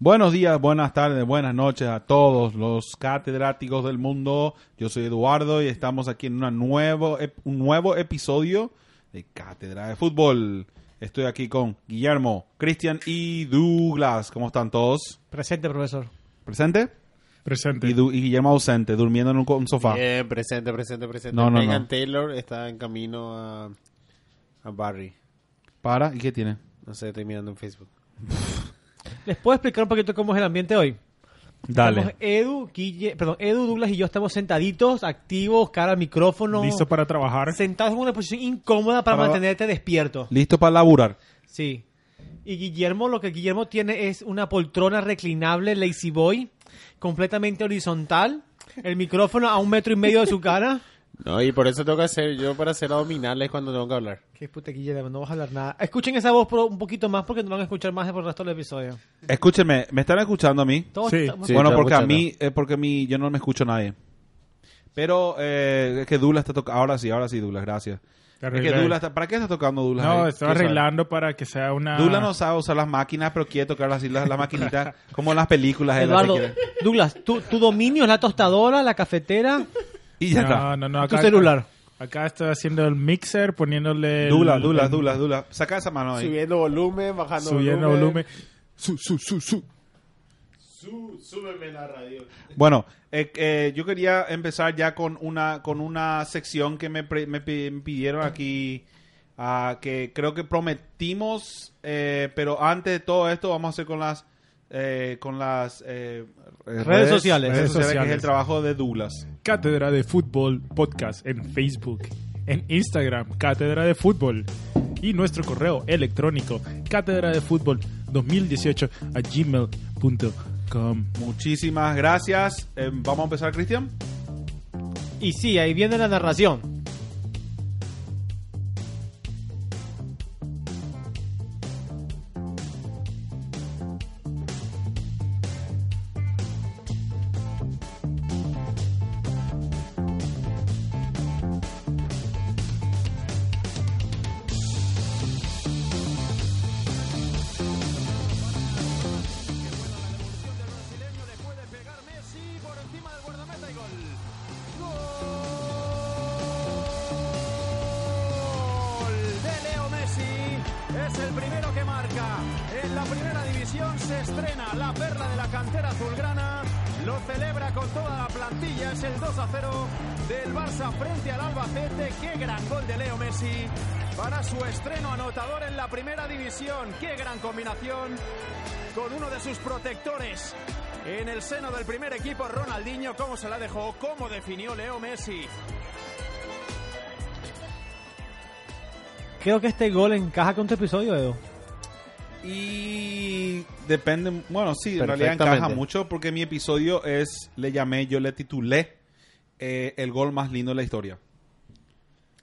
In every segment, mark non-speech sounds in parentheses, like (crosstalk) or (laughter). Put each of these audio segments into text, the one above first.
Buenos días, buenas tardes, buenas noches a todos los catedráticos del mundo. Yo soy Eduardo y estamos aquí en una nuevo, ep- un nuevo episodio de Cátedra de Fútbol. Estoy aquí con Guillermo, Cristian y Douglas. ¿Cómo están todos? Presente, profesor. ¿Presente? Presente. Y, Du- y Guillermo ausente, durmiendo en un, co- un sofá. Bien, presente, presente, presente. No, no, Megan no. Taylor está en camino a, a Barry. Para, ¿y qué tiene? No sé, estoy mirando en Facebook. ¿Les puedo explicar un poquito cómo es el ambiente hoy? Estamos Dale. Edu, Guille- perdón, Edu, Douglas y yo estamos sentaditos, activos, cara al micrófono. Listo para trabajar. Sentados en una posición incómoda para, Para- mantenerte despierto. ¿Listo para laburar? Sí. Y Guillermo, lo que Guillermo tiene es una poltrona reclinable Lazy Boy, completamente horizontal, el micrófono a un metro y medio de su cara. No, y por eso tengo que hacer, yo para hacer abdominales cuando tengo que hablar. (laughs) Qué puta Guillermo, no vas a hablar nada. Escuchen esa voz por- un poquito más porque no van a escuchar más por el resto del episodio. Escúchenme, ¿me están escuchando a mí? Todos Sí, estamos- sí. bueno, te porque a escucho, mí, eh, porque a mí, yo no me escucho a nadie. Pero eh, es que Dula está tocando. Ahora sí, ahora sí, Dula, gracias. Te Es que arreglas. Dula está- ¿Para qué está tocando Dula? No, ahí? estaba ¿Qué sabe? arreglando para que sea una. Dula no sabe usar las máquinas, pero quiere tocar así las, las maquinitas como en las películas. él hace Eduardo, que- Douglas, tu, tu dominio es la tostadora, la cafetera. Y ya no, está. no, no, Tu acá, celular. Acá está haciendo el mixer, poniéndole. el- Dula, Dula, el- Dula, Ah, Dula. Saca esa mano ahí. Subiendo volumen, bajando Subiendo volumen. Su, su, su, su. súbeme la radio. Bueno, eh, eh, yo quería empezar ya con una con una sección que me, pre- me pi- me pidieron aquí, ah, que creo que prometimos, eh, pero antes de todo esto vamos a hacer con las eh, con las eh, redes, redes sociales. Redes sociales, que es el sociales. trabajo de Douglas. Cátedra de Fútbol Podcast en Facebook, en Instagram, Cátedra de Fútbol. Y nuestro correo electrónico, cátedra de fútbol 2018 a gmail.com. Muchísimas gracias. Eh, vamos a empezar, Cristian. Y sí, ahí viene la narración. de Leo Messi es el primero que marca. En la primera división se estrena la perla de la cantera azulgrana. Lo celebra con toda la plantilla. Es el 2 a 0 del Barça frente al Albacete. Qué gran gol de Leo Messi para su estreno anotador en la primera división. Qué gran combinación con uno de sus protectores. En el seno del primer equipo, Ronaldinho, cómo se la dejó, cómo definió Leo Messi. Creo que este gol encaja con tu episodio, Edu. Y depende, bueno, sí, en realidad Perfectamente. encaja mucho porque mi episodio es, le llamé, yo le titulé eh, el gol más lindo de la historia.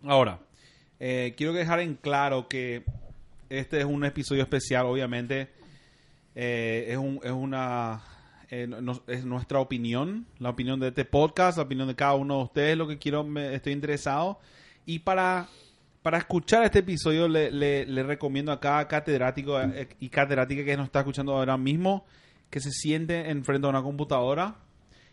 Ahora, eh, quiero dejar en claro que este es un episodio especial, obviamente. Eh, es, un- es una eh, no- no- es nuestra opinión, la opinión de este podcast, la opinión de cada uno de ustedes, lo que quiero, me, estoy interesado. Y para, para escuchar este episodio le, le- le recomiendo a cada catedrático eh, y catedrática que nos está escuchando ahora mismo que se siente enfrente a una computadora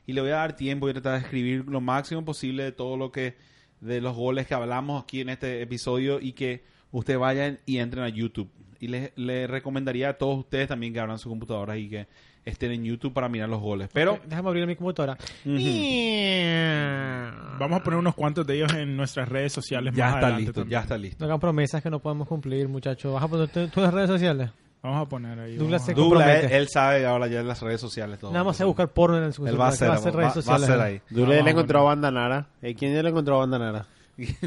y le voy a dar tiempo y tratar de escribir lo máximo posible de todo lo que de los goles que hablamos aquí en este episodio y que ustedes vayan y entren a YouTube. Y les, les recomendaría a todos ustedes también que abran su computadora y que estén en YouTube para mirar los goles. Pero Eh, Mm. Déjame abrir mi computadora. Vamos a poner unos cuantos de ellos en nuestras redes sociales ya más está adelante listo, también. ya está listo. No hagan promesas que no podemos cumplir, muchachos. ¿Vas a poner tú- tú en las redes sociales? Vamos a poner ahí. Douglas vamos se a- compró- Douglas, él, compromete. él sabe ahora ya en las redes sociales todo. Nada más a buscar porno en el su Él va a hacer, ¿eh? celular, que va- va a hacer ahí. Dule Vamos, le encontró a Banda Nara. ¿Eh, ¿Quién ya le encontró a Banda Nara?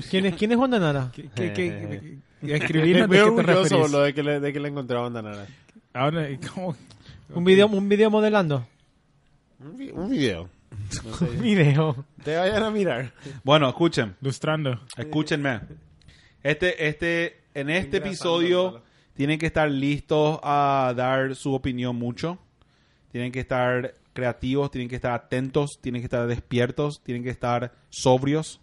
¿Quién es, ¿Quién es Juan de Nara? Eh, ¿Qué- qué- qué- qué- Es Escribirnos muy de qué te orgulloso referís. boludo, de que le, de que le encontró a Banda Nara. ¿A dónde? ¿Cómo? ¿Un video, un video modelando? Un, vi- un video. Un video. Te vayan a mirar. Bueno, escuchen, Lustrando. escúchenme. Este, este, en este Engrasando, episodio Gonzalo. tienen que estar listos a dar su opinión mucho. Tienen que estar creativos, tienen que estar atentos, tienen que estar despiertos, tienen que estar sobrios.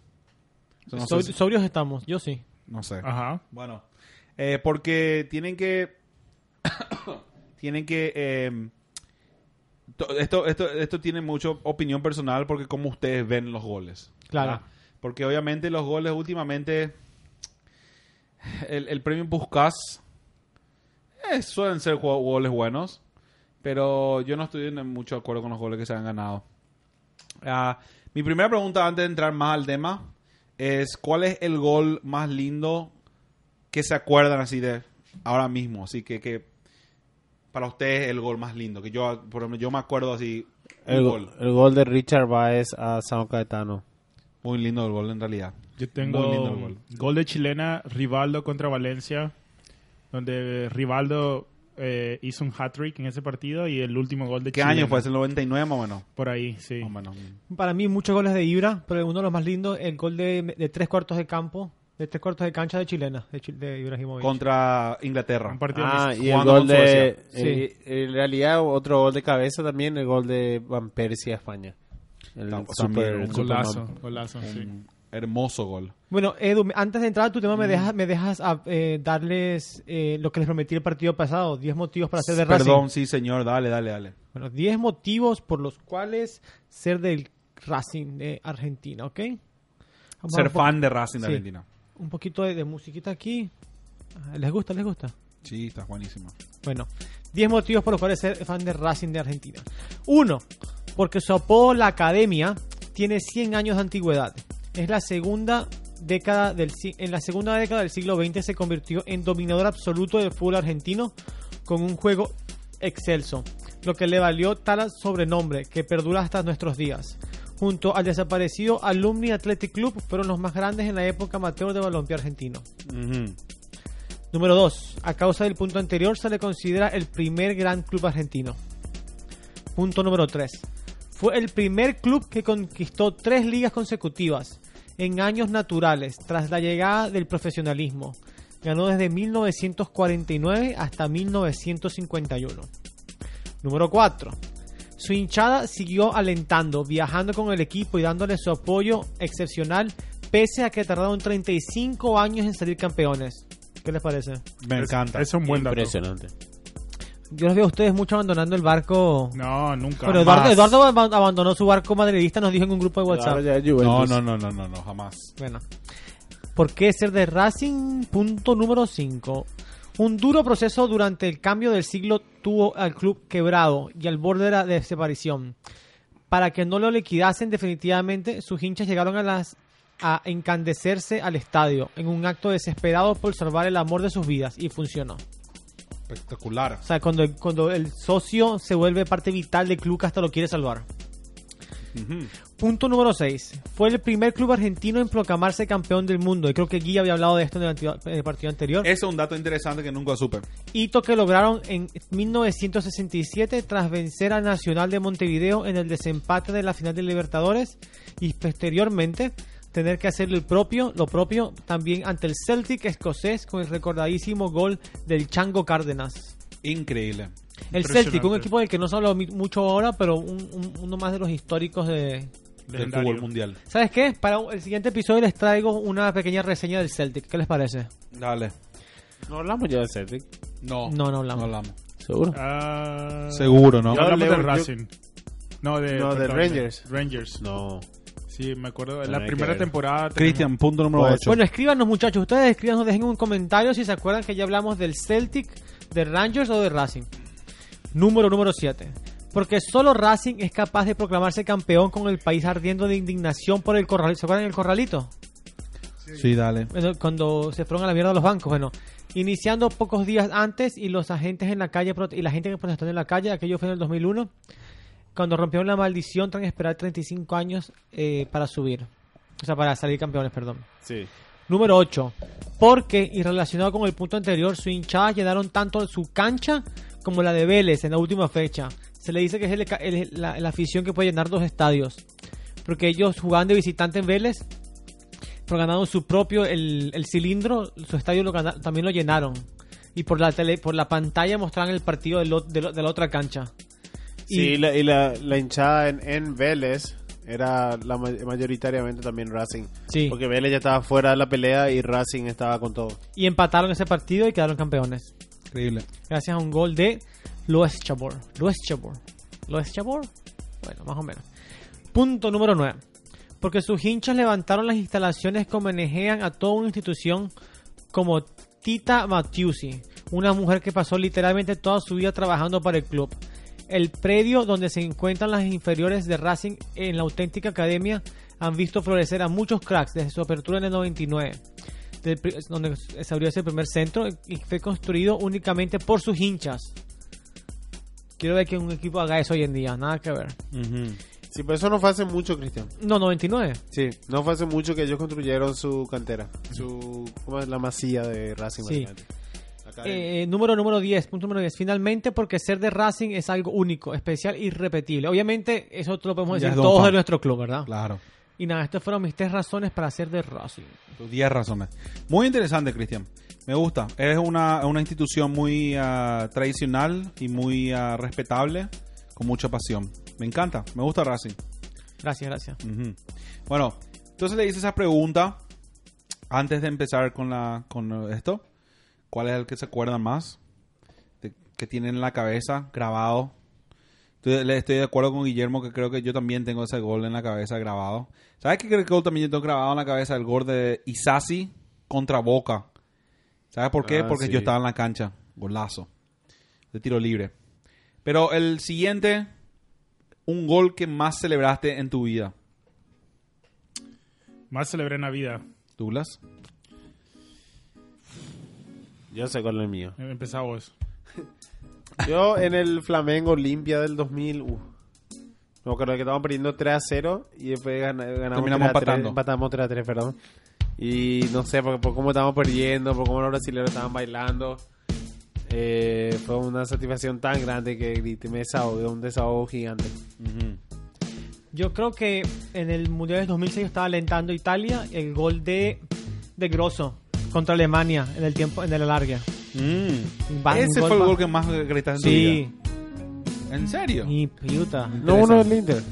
Eso no sé So- si- sobrios estamos, yo sí. no sé. Ajá. Bueno, (coughs) eh, porque tienen que tienen que eh, to- esto, esto, esto tiene mucho opinión personal porque como ustedes ven los goles. Claro. Ah, Porque obviamente los goles últimamente. El, el premio Puskas. suelen ser jue- goles buenos. Pero yo no estoy en mucho acuerdo con los goles que se han ganado. Ah, mi primera pregunta antes de entrar más al tema es: ¿cuál es el gol más lindo que se acuerdan así de ahora mismo? Así que, que para ustedes el gol más lindo. Que yo, por ejemplo, yo me acuerdo así. un El, gol. el gol de Richard Baez a San Caetano. Muy lindo el gol en realidad. Yo Muy tengo lindo el gol. gol. de chilena, Rivaldo contra Valencia, donde Rivaldo eh, hizo un hat-trick en ese partido y el último gol de ¿Qué chilena. año fue? Oh, ¿Es el 99 más o menos? Por ahí, sí. Más o menos. Para mí, muchos goles de Ibra, pero uno de los más lindos, el gol de, de tres cuartos de campo, de tres cuartos de cancha de chilena, de, Chi- de Ibrahimovic. Contra Inglaterra. Un partido Ah, listo. y el jugando gol con de... Suecia. eh, en realidad, otro gol de cabeza también, el gol de Van Persie a España. El Tam- super- también un Superman. Golazo, golazo, sí. Un hermoso gol. Bueno, Edu, antes de entrar a tu tema, Mm. me dejas, me dejas a- eh, darles eh, lo que les prometí el partido pasado, 10 motivos para ser de Racing. Perdón, sí, señor. Dale, dale, dale. Bueno, 10 motivos por los cuales ser del Racing de Argentina, ¿ok? Vamos a Ser un po- fan de Racing de Sí. Argentina. Un poquito de, de musiquita aquí. Ah, ¿Les gusta? ¿Les gusta? Sí, está buenísimo. Bueno, 10 motivos por los cuales ser fan de Racing de Argentina. Uno, porque su apodo La Academia tiene 100 años de antigüedad. Es la segunda década del si- en la segunda década del siglo XX se convirtió en dominador absoluto del fútbol argentino con un juego excelso, lo que le valió tal sobrenombre que perdura hasta nuestros días. Junto al desaparecido Alumni Athletic Club fueron los más grandes en la época amateur de balompié argentino. Número 2. A causa del punto anterior se le considera el primer gran club argentino. Punto número 3. Fue el primer club que conquistó tres ligas consecutivas en años naturales tras la llegada del profesionalismo. Ganó desde 1949 hasta 1951. Número 4. Su hinchada siguió alentando, viajando con el equipo y dándole su apoyo excepcional pese a que tardaron 35 años en salir campeones. ¿Qué les parece? Me Es- encanta. Es un buen dato. Impresionante. Yo los veo a ustedes mucho abandonando el barco. No, nunca. Bueno, Eduardo, más. Eduardo ab- abandonó su barco madridista, nos dijo en un grupo de WhatsApp. Ahora ya es No, Juventus. no, no, no, no, no, jamás. Bueno. ¿Por qué ser de Racing? Punto número 5. Un duro proceso durante el cambio del siglo tuvo al club quebrado y al borde de la desaparición. Para que no lo liquidasen definitivamente, sus hinchas llegaron a las a encandecerse al estadio en un acto desesperado por salvar el amor de sus vidas y funcionó. Espectacular. O sea, cuando, cuando el socio se vuelve parte vital del club que hasta lo quiere salvar. Ujú. Punto número 6. Fue el primer club argentino en proclamarse campeón del mundo. Y creo que Guy había hablado de esto en el, anti- en el partido anterior. Ese es un dato interesante que nunca supe. Hito que lograron en 1967 tras vencer a Nacional de Montevideo en el desempate de la final de Libertadores y posteriormente tener que hacer el propio, lo propio también ante el Celtic escocés con el recordadísimo gol del Chango Cárdenas. Increíble. El Impresionante. Celtic, un equipo del que no se ha hablado mi- mucho ahora, pero un- un- uno más de los históricos de... Del Legendario. fútbol mundial. ¿Sabes qué? Para un- el siguiente episodio les traigo una pequeña reseña del Celtic. ¿Qué les parece? Dale. No hablamos ya de Celtic, No. No, no hablamos. seguro. Ah, Seguro, ¿no? Yo hablamos Yo- de yo- Racing. No, de, No, de perdón, Rangers. Rangers. No. Sí, me acuerdo. Tenía la que primera ver. temporada. tenía- Cristian, punto número Pues, 8. Bueno, escríbanos muchachos. Ustedes escríbanos, dejen un comentario si se acuerdan que ya hablamos del Celtic, de Rangers o de Racing. Número número 7. Porque solo Racing es capaz de proclamarse campeón con el país ardiendo de indignación por el corralito. ¿Se acuerdan del corralito? sí, dale. Bueno, cuando se fueron a la mierda los bancos, bueno, iniciando pocos días antes y los agentes en la calle prot- y la gente que protestó en la calle, aquello fue en el 2001, cuando rompieron la maldición tras esperar 35 años eh, para subir, o sea, para salir campeones, perdón. Sí. Número 8. Porque, y relacionado con el punto anterior, su hinchada llenaron tanto su cancha como la de Vélez en la última fecha. Se le dice que es el- el- la, la afición que puede llenar dos estadios. Porque ellos jugaban de visitante en Vélez, pero ganaron su propio, el, el cilindro, su estadio lo gana- también lo llenaron. Y por la tele, por la pantalla mostraban el partido del o- de, lo- de la otra cancha. Y- Sí, la, y la, la hinchada en, en Vélez era la, ma- mayoritariamente también Racing. Sí. Porque Vélez ya estaba fuera de la pelea y Racing estaba con todo. y empataron ese partido y quedaron campeones. Increíble. gracias a un gol de Luis Chabor. Luis Chabor. ¿Lo es Chabor? Bueno, más o menos. Punto número 9. Porque sus hinchas levantaron las instalaciones que homenajean a toda una institución como Tita Matiusi, una mujer que pasó literalmente toda su vida trabajando para el club. El predio donde se encuentran las inferiores de Racing en la auténtica academia han visto florecer a muchos cracks desde su apertura en el 99, del pri- donde se abrió ese primer centro y fue construido únicamente por sus hinchas. Quiero ver que un equipo haga eso hoy en día, nada que ver. Ujú. Sí, pero eso no fue hace mucho, Cristian. No, 99. Sí, no fue hace mucho que ellos construyeron su cantera. Su, ¿Cómo es? La masía de Racing. Sí. básicamente. Acá en- Eh, número número 10, punto número 10. Finalmente, porque ser de Racing es algo único, especial, irrepetible. Obviamente, eso te lo podemos Ya decir es Don todos Fab. de nuestro club, ¿verdad? Claro. Y nada, estas fueron mis tres razones para ser de Racing. Tus 10 razones. Muy interesante, Cristian. Me gusta. Es una, una institución muy ah, tradicional y muy ah, respetable, con mucha pasión. Me encanta. Me gusta Racing. Gracias, gracias. Ujú. Bueno, entonces le hice esa pregunta antes de empezar con, la, con esto. ¿Cuál es el que se acuerdan más? De- que tienen en la cabeza grabado. Estoy, le- estoy de acuerdo con Guillermo que creo que yo también tengo ese gol en la cabeza grabado. ¿Sabes qué creo que también yo tengo grabado en la cabeza? El gol de Isasi contra Boca. ¿Sabes por qué? Ah, Porque sí. yo estaba en la cancha. Golazo. De tiro libre. Pero el siguiente, un gol que más celebraste en tu vida. Más celebré Navidad. Douglas. Yo sé cuál es el mío. Empezamos. Yo en el Flamengo Olimpia del 2000, uf. me acuerdo que estábamos perdiendo 3 a 0 y después gana- ganamos Terminamos 3 a 3, empatando. empatamos 3 a 3, perdón. Y no sé, por, por cómo estábamos perdiendo, por cómo los brasileños estaban bailando. Eh, fue una satisfacción tan grande que grité, me desahogué, un desahogo gigante. Yo creo que en el Mundial del 2006 yo estaba alentando a Italia el gol de, de Grosso contra Alemania en el tiempo en el alargue. Va, Ese un fue el Mm. pa- gol que más gritaste en Sí, tu vida. ¿En serio? y puta. No uno del Inter.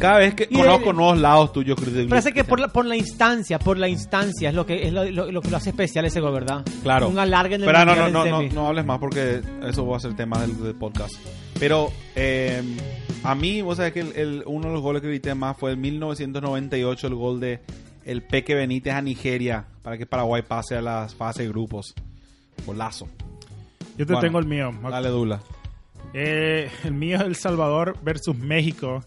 Cada vez que Y conozco el- nuevos lados tuyos, Cristian. Parece que por la, por la instancia, por la instancia es lo que es lo, lo- lo que lo hace especial ese gol, ¿verdad? Claro. Un alargue en el Pero no, no, Mundial no, en no, semi. no hables más porque eso va a ser tema del, del podcast. Pero eh, a mí, vos sabés que el- el- uno de los goles que grité más fue el 1998, el gol de el Peque Benítez a Nigeria para que Paraguay pase a las fases de grupos. Golazo. Yo te Bueno, tengo el mío. Dale, Douglas. Eh, el mío es El Salvador versus México.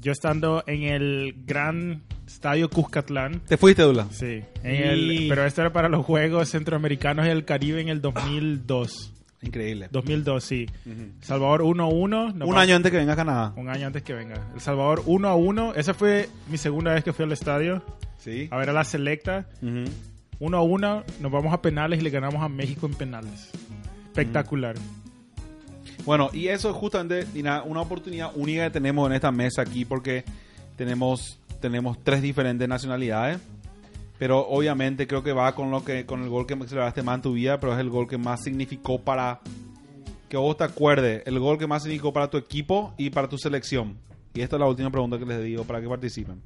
Yo estando en el gran estadio Cuscatlán. ¿Te fuiste, Douglas? Sí. en el- Y- pero esto era para los Juegos Centroamericanos y el Caribe en el 2002. Increíble. 2002, sí. Ujú. Salvador 1-1. Un nomás- año antes que venga a Canadá. Un año antes que venga. El Salvador 1-1. Esa fue mi segunda vez que fui al estadio. Sí. A ver a la selecta. Ujú. 1-1. Nos vamos a penales y le ganamos a México en penales. Espectacular. Bueno, y eso es justamente Dina, una oportunidad única que tenemos en esta mesa aquí porque tenemos, tenemos tres diferentes nacionalidades. Pero obviamente creo que va con lo que con el gol que celebraste más en tu vida, pero es el gol que más significó para que vos te acuerdes, el gol que más significó para tu equipo y para tu selección. Y esta es la última pregunta que les digo para que participen.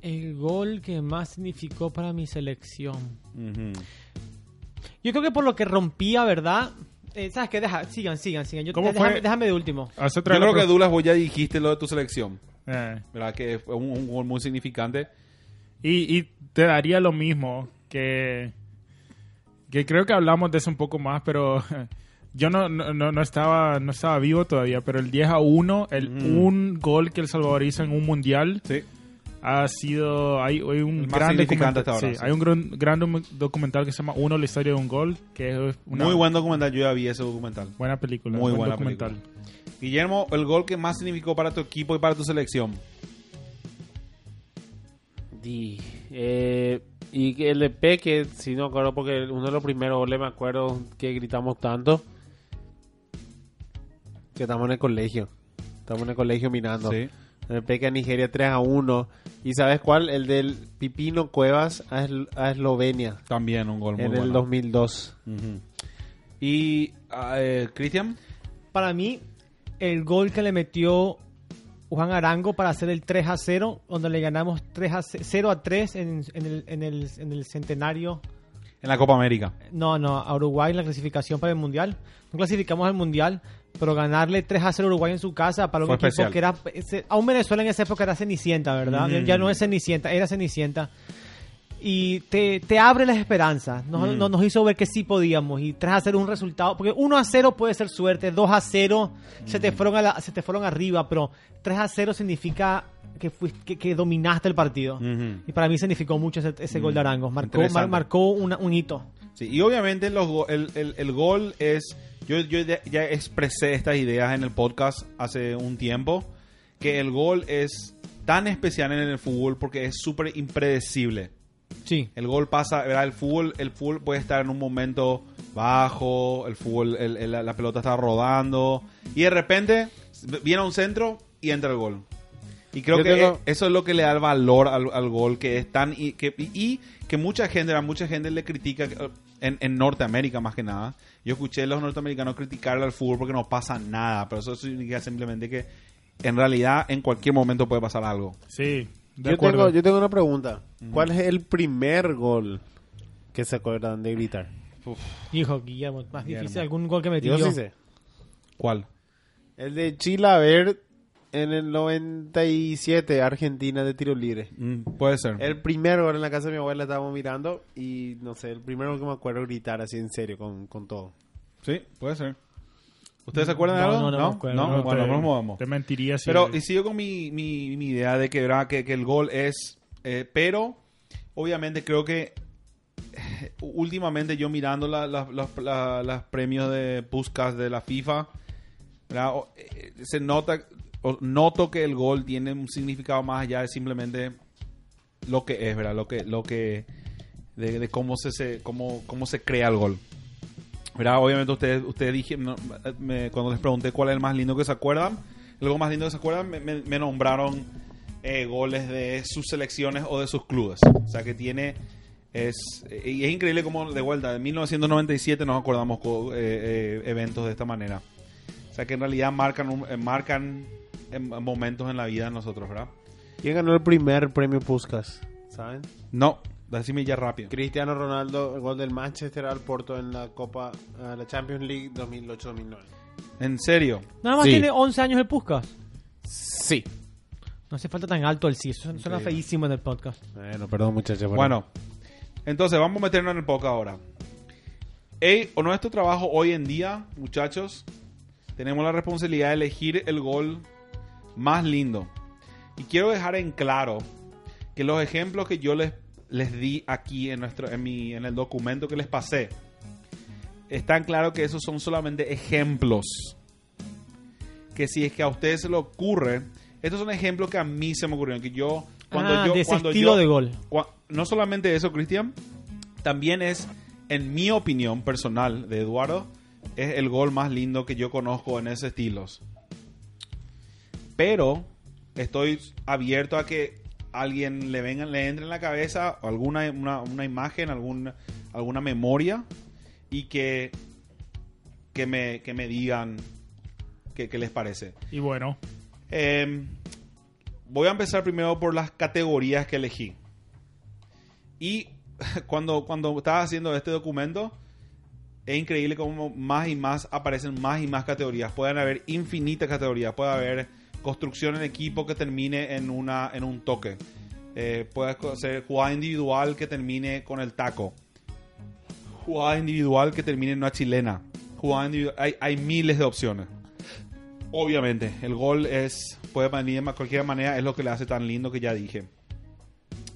El gol que más significó para mi selección. Yo creo que por lo que rompía, ¿verdad? Eh, ¿Sabes qué? Deja, sigan, sigan, sigan. Yo, ¿Cómo eh, déjame, fue? déjame de último. Hace otra Yo creo vez que la Dulas, vos ya dijiste lo de tu selección, pro- Eh. ¿verdad? Que fue un, un gol muy significante. Y, y te daría lo mismo que, que creo que hablamos de eso un poco más, pero (laughs) yo no, no, no- no estaba, no estaba vivo todavía, pero el 10 a 1, el Mm. un gol que El Salvador hizo en un mundial Sí. ha sido hay, hay El un más gran significante hasta documental, ahora, sí, sí. hay un gran, gran docu- documental que se llama Uno la historia de un gol, que es una Muy buen documental, yo ya vi ese documental. buena película, Muy buen buena documental. Guillermo, el gol que más significó para tu equipo y para tu selección. Di- eh, y que el de Peque, si no acuerdo, porque uno de los primeros goles me acuerdo que gritamos tanto. Que estamos en el colegio. Estamos en el colegio mirando. Sí. El Peque a Nigeria 3 a 1. ¿Y sabes cuál? El del Pipino Cuevas a, Eslo- a Eslovenia También un gol muy en el bueno. 2002. Ujú. Y, ah, eh, Cristian, Para mí, el gol que le metió Juan Arango para hacer el 3 a 0, donde le ganamos 3 a 0 a 3 en, en el, en el- en el centenario. el en la Copa América. No, no, a Uruguay en la clasificación para el Mundial. No clasificamos al Mundial, pero ganarle 3 a 0 a Uruguay en su casa para un Fue equipo especial. que era... ese- A un Venezuela en esa época era cenicienta, ¿verdad? Mm. Ya no es cenicienta, era cenicienta. Y te, te abre las esperanzas. Nos, Mm. no- nos hizo ver que sí podíamos. Y 3 a 0 un resultado. Porque 1 a 0 puede ser suerte, 2 a 0 se, Mm. te fueron a la- se te fueron arriba, pero 3 a 0 significa que, fuiste, que, que dominaste el partido. Ujú. Y para mí significó mucho ese, ese gol de Arango. Marcó, mar- Interesante. marcó una- un hito. Sí, y obviamente los go- el, el- el gol es... Yo, yo ya, ya expresé estas ideas en el podcast hace un tiempo, que el gol es tan especial en el fútbol porque es súper impredecible. Sí. El gol pasa, ¿verdad? El fútbol, el fútbol puede estar en un momento bajo, el fútbol, el- el- la, la pelota está rodando, y de repente viene a un centro y entra el gol. Y creo Yo que tengo- e- eso es lo que le da el valor al, al gol, que es tan. Y que, y- y que mucha gente, a mucha gente le critica eh, en, en Norteamérica más que nada. Yo escuché a los norteamericanos criticarle al fútbol porque no pasa nada, pero eso significa simplemente que en realidad en cualquier momento puede pasar algo. Sí, de Yo acuerdo. tengo, yo tengo una pregunta. ¿Cuál es el primer gol que se acuerdan de gritar? Hijo, Guillermo, más difícil Guillermo. algún gol que metió. Yo sí sé. ¿Cuál? El de Chilaver en el 97, Argentina de tiro libre. Mm, puede ser. El primer gol en la casa de mi abuela estábamos mirando y no sé, el primer gol que me acuerdo gritar así en serio con, con todo. Sí, puede ser. ¿Ustedes se acuerdan de No, algo? no, no me acuerdo. No, bueno, te, nos movamos. te mentiría si... Pero y sigo con mi, mi, mi idea de que, ¿verdad? que, que el gol es... eh, pero, obviamente, creo que eh, últimamente yo mirando la- la- las- la- las premios de Puskas de la FIFA, ¿verdad? O, eh, se nota, o noto que el gol tiene un significado más allá de simplemente lo que es, ¿verdad? Lo que, lo que, de, de cómo se, se- cómo, cómo se crea el gol. ¿Verdad? Obviamente ustedes, ustedes dije, no, me- cuando les pregunté cuál es el más lindo que se acuerdan, el gol más lindo que se acuerdan, me, me- me nombraron eh, goles de sus selecciones o de sus clubes. O sea que tiene, es, eh, y es increíble como de vuelta, de 1997 nos acordamos co- eh, eh, eventos de esta manera. O sea que en realidad marcan, un- eh, marcan eh, momentos en la vida de nosotros, ¿verdad? ¿Quién ganó el primer premio Puskas? ¿Saben? No, decime ya rápido. Cristiano Ronaldo, el gol del Manchester al Porto en la Copa, eh, la Champions League 2008-2009. En serio. Nada más Sí. tiene 11 años el Puskas. Sí. No hace falta tan alto el sí. Eso suena Increíble. feísimo en el podcast. Bueno, perdón muchachos. por- Bueno, entonces vamos a meternos en el podcast ahora. Ey, o nuestro trabajo hoy en día, muchachos, tenemos la responsabilidad de elegir el gol más lindo. Y quiero dejar en claro que los ejemplos que yo les, les di aquí en, nuestro, en, mi, en el documento que les pasé, están claro que esos son solamente ejemplos. Que si es que a ustedes se les ocurre, estos son ejemplos que a mí se me ocurrieron, que yo cuando Ah, yo de ese cuando estilo yo- de gol. Cua- no solamente eso, Cristian, también es, en mi opinión personal de Eduardo, es el gol más lindo que yo conozco en ese estilos. Pero estoy abierto a que alguien le venga, le entre en la cabeza alguna una, una imagen, algún, alguna memoria y que, que, me, que me digan qué qué les parece. Y bueno, Eh, voy a empezar primero por las categorías que elegí. Y (laughs) cuando, cuando estaba haciendo este documento, es increíble cómo más y más aparecen más y más categorías. Pueden haber infinitas categorías. Puede haber construcción en equipo que termine en, una, en un toque. Eh, puede ser jugada individual que termine con el taco. Jugada individual que termine en una chilena. Jugada individual. Hay, hay miles de opciones. Obviamente, el gol es puede venir de ma- cualquier manera, es lo que le hace tan lindo que ya dije.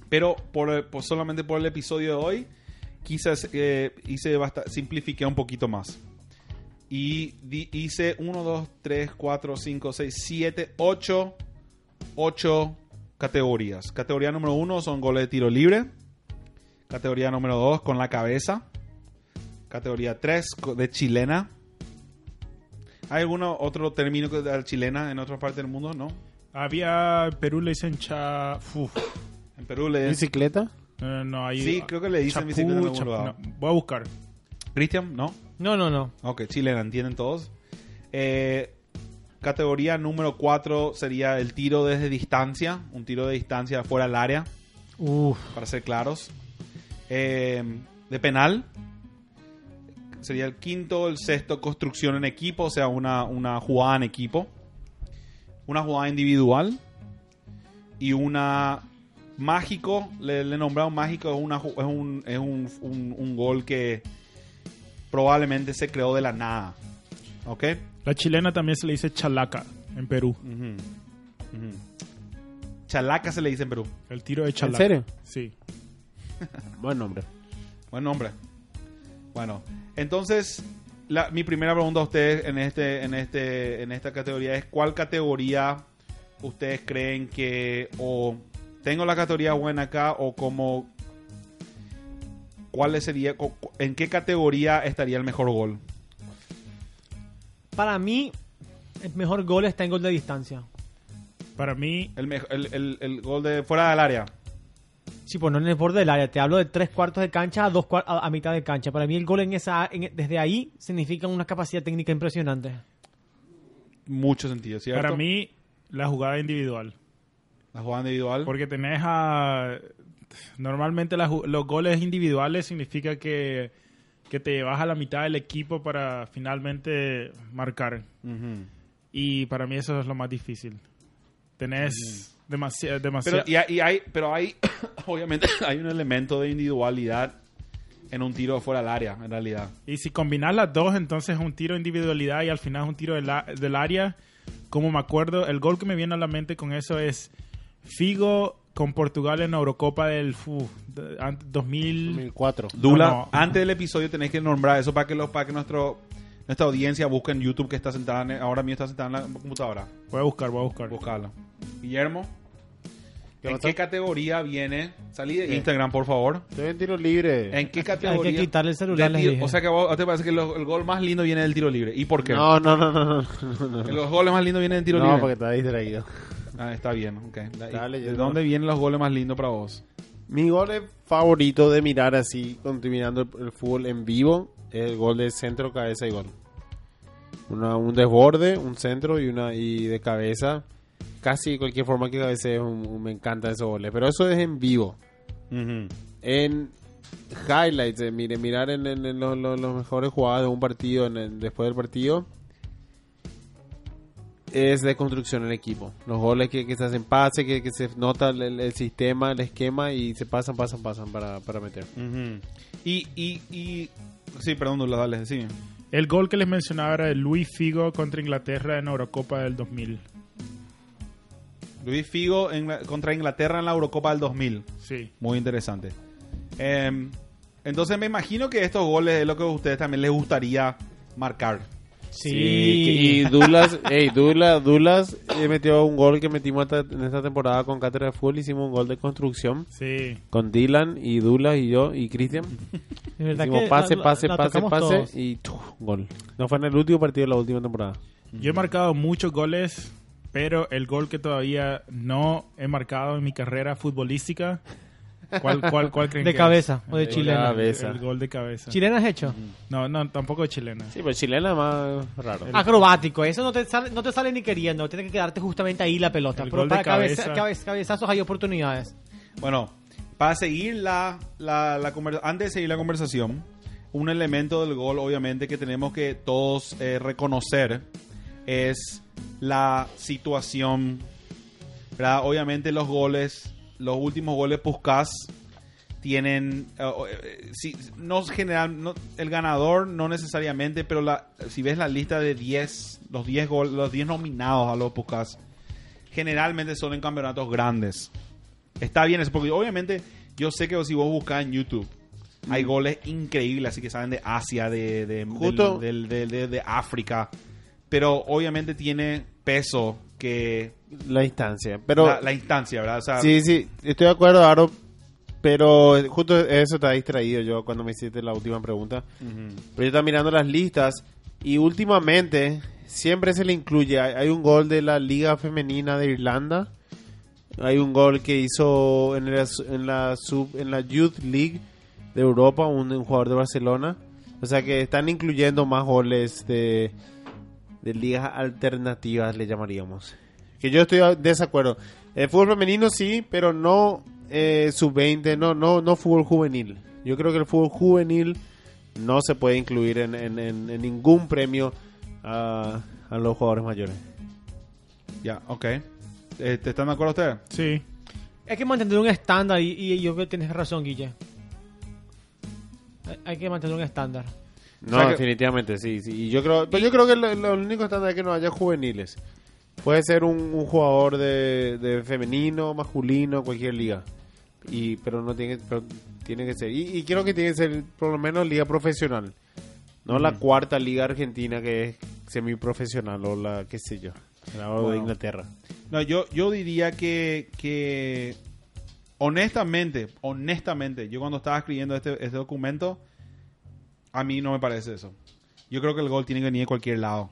Pero por, por- solamente por el episodio de hoy, quizás eh, hice basta- simplifiqué un poquito más. Y di- hice 1, 2, 3, 4, 5, 6, 7, 8, 8 categorías. Categoría número 1 son goles de tiro libre. Categoría número 2 con la cabeza. Categoría 3 de chilena. ¿Hay algún otro término que- de la chilena en otra parte del mundo? ¿No? había... en Perú le dicen cha... uf, En Perú le dicen... ¿Bicicleta? no, no, ahí... Sí, creo que le dicen Chapú, bicicleta en algún chap- lado. no, voy a buscar. Cristian, ¿no? No, no, no. Ok, chilena, entienden todos. Eh, categoría número 4 sería el tiro desde distancia. Un tiro de distancia fuera del área, Uf. para ser claros. Eh, de penal. Sería el quinto, el sexto, construcción en equipo, o sea, una, una jugada en equipo. Una jugada individual. Y una mágico, le, le he nombrado mágico, es, una, ju- es, un, es un, un- un gol que probablemente se creó de la nada. ¿Ok? La chilena también se le dice chalaca en Perú. Ujú. Ujú. Chalaca se le dice en Perú. El tiro de chalaca. serio? Sí. Buen nombre. Buen nombre. Bueno, entonces la- mi primera pregunta a ustedes en este, en este, en esta categoría es ¿cuál categoría ustedes creen que o tengo la categoría buena acá o como cuál sería co- cu- en qué categoría estaría el mejor gol? Para mí, el mejor gol está en gol de distancia. Para mí, El, mej- el, el- el gol de fuera del área. Sí, pues no en el borde del área. Te hablo de tres cuartos de cancha a dos cuar- a, a mitad de cancha. Para mí el gol en esa en- desde ahí significa una capacidad técnica impresionante. Mucho sentido, ¿cierto? para mí, la jugada individual. la jugada individual. Porque tenés a... Normalmente las ju- los goles individuales significa que, que te llevas a la mitad del equipo para finalmente marcar. Ujú. Y para mí eso es lo más difícil. Tenés demasiado... Pero, y, hay- y hay, pero hay, (coughs) obviamente, hay un elemento de individualidad en un tiro fuera del área, en realidad. Y si combinas las dos, entonces es un tiro de individualidad y al final es un tiro de la- del área. Como me acuerdo, el gol que me viene a la mente con eso es Figo con Portugal en la Eurocopa del fu, de- an- 2000. 2004. Dula, No, no. antes del episodio tenéis que nombrar eso para que los para que nuestro nuestra audiencia busque en YouTube que está sentada en- ahora mismo está sentada en la computadora. Voy a buscar, voy a buscar. Buscarlo. Guillermo, ¿en pasó? qué categoría viene? Salí de Instagram, por favor. Estoy en tiro libre. ¿En qué categoría? quitarle el celular, de les tiro- dije. O sea que vos- a ti te parece que lo- el gol más lindo viene del tiro libre. ¿Y por qué? No, no, no, no, no. no, no. Que Los goles más lindos vienen del tiro No, libre. porque está distraído. Ah, está bien, ok. ¿Y Dale, ¿De yo- dónde vienen los goles más lindos para vos? Mi gol es favorito de mirar así, continuando el, el fútbol en vivo, es el gol de centro, cabeza y gol. Una- un desborde, un centro y una y de cabeza. Casi cualquier forma que cabece me encanta esos goles. Pero eso es en vivo. En highlights, eh, mire, mirar en, en- en los, los- los mejores jugadas de un partido, en el- después del partido, es de construcción en equipo. Los goles que, que se hacen pase, que, que se nota el- el, el sistema, el esquema y se pasan, pasan, pasan para, para meter. Ujú. y, y, y... Sí, perdón, Dula, dale, sí. El gol que les mencionaba era de Luis Figo contra Inglaterra en la Eurocopa del 2000. Luis Figo en la- contra Inglaterra en la Eurocopa del 2000. Sí. Muy interesante. Em, entonces me imagino que estos goles es lo que a ustedes también les gustaría marcar. sí. que- y Dulas, ey, Dulas, Dulas eh, metió un gol que metimos hasta- en esta temporada con Cátedra de Fútbol. Hicimos un gol de construcción Sí. con Dylan y Dulas y yo y Cristian. De verdad Hicimos que pase, la- la- pase, la pase, tocamos pase todos. y ¡tuf! gol. No fue en el último partido de la última temporada. Yo he marcado muchos goles, pero el gol que todavía no he marcado en mi carrera futbolística. ¿Cuál, cuál, cuál creen De que cabeza es? o de El- chilena. El, gol de cabeza. ¿Chilena has hecho? No, no, tampoco de chilena. Sí, pero chilena más raro. Acrobático, eso no te sale, no te sale ni queriendo, tiene que quedarte justamente ahí la pelota. El Pero gol de para cabeza- cabeza. cabeza- cabezazos hay oportunidades. Bueno, para seguir la, la, la conver- antes de seguir la conversación, un elemento del gol obviamente que tenemos que todos eh, reconocer es la situación. ¿verdad? Obviamente los goles, los últimos goles Puskas tienen eh, eh, si no general no- el ganador no necesariamente pero la, si ves la lista de 10 los 10 gol- los 10 nominados a los Puskas generalmente son en campeonatos grandes Está bien eso, porque obviamente yo sé que si vos buscas en YouTube, hay goles increíbles, así que salen de Asia, de, de, del- Justo. del- del- de- de África. Pero obviamente tiene peso que La distancia. Pero la, la instancia, ¿verdad? O sea, sí, sí, estoy de acuerdo, Aro. Pero justo eso te ha distraído yo cuando me hiciste la última pregunta. ujú. Pero yo estaba mirando las listas y últimamente siempre se le incluye. Hay, hay un gol de la Liga Femenina de Irlanda. Hay un gol que hizo en la, su- en la, sub, en la Youth League de Europa un, un jugador de Barcelona. O sea que están incluyendo más goles de, de ligas alternativas, le llamaríamos. Que yo estoy a- desacuerdo. El fútbol femenino sí, pero no eh, sub-20, no, no, no fútbol juvenil. Yo creo que el fútbol juvenil no se puede incluir en, en- en- en ningún premio a, a los jugadores mayores. Ya, ok. Este, ¿Están de acuerdo ustedes? Sí. Hay que mantener un estándar y, y yo creo que tienes razón, Guille. Hay- Hay que mantener un estándar. O No, sea que- definitivamente, sí, sí. Y yo creo, pero yo creo que lo, lo único estándar es que no haya juveniles. Puede ser un, un jugador de, de femenino, masculino, cualquier liga. Y, pero no tiene, pero tiene que ser. Y, y creo que tiene que ser por lo menos liga profesional. No la cuarta liga argentina que es semiprofesional o la, qué sé yo, la de Bueno. Inglaterra. No, yo, yo diría que, que honestamente, honestamente, yo cuando estaba escribiendo este, este documento, a mí no me parece eso. Yo creo que el gol tiene que venir de cualquier lado.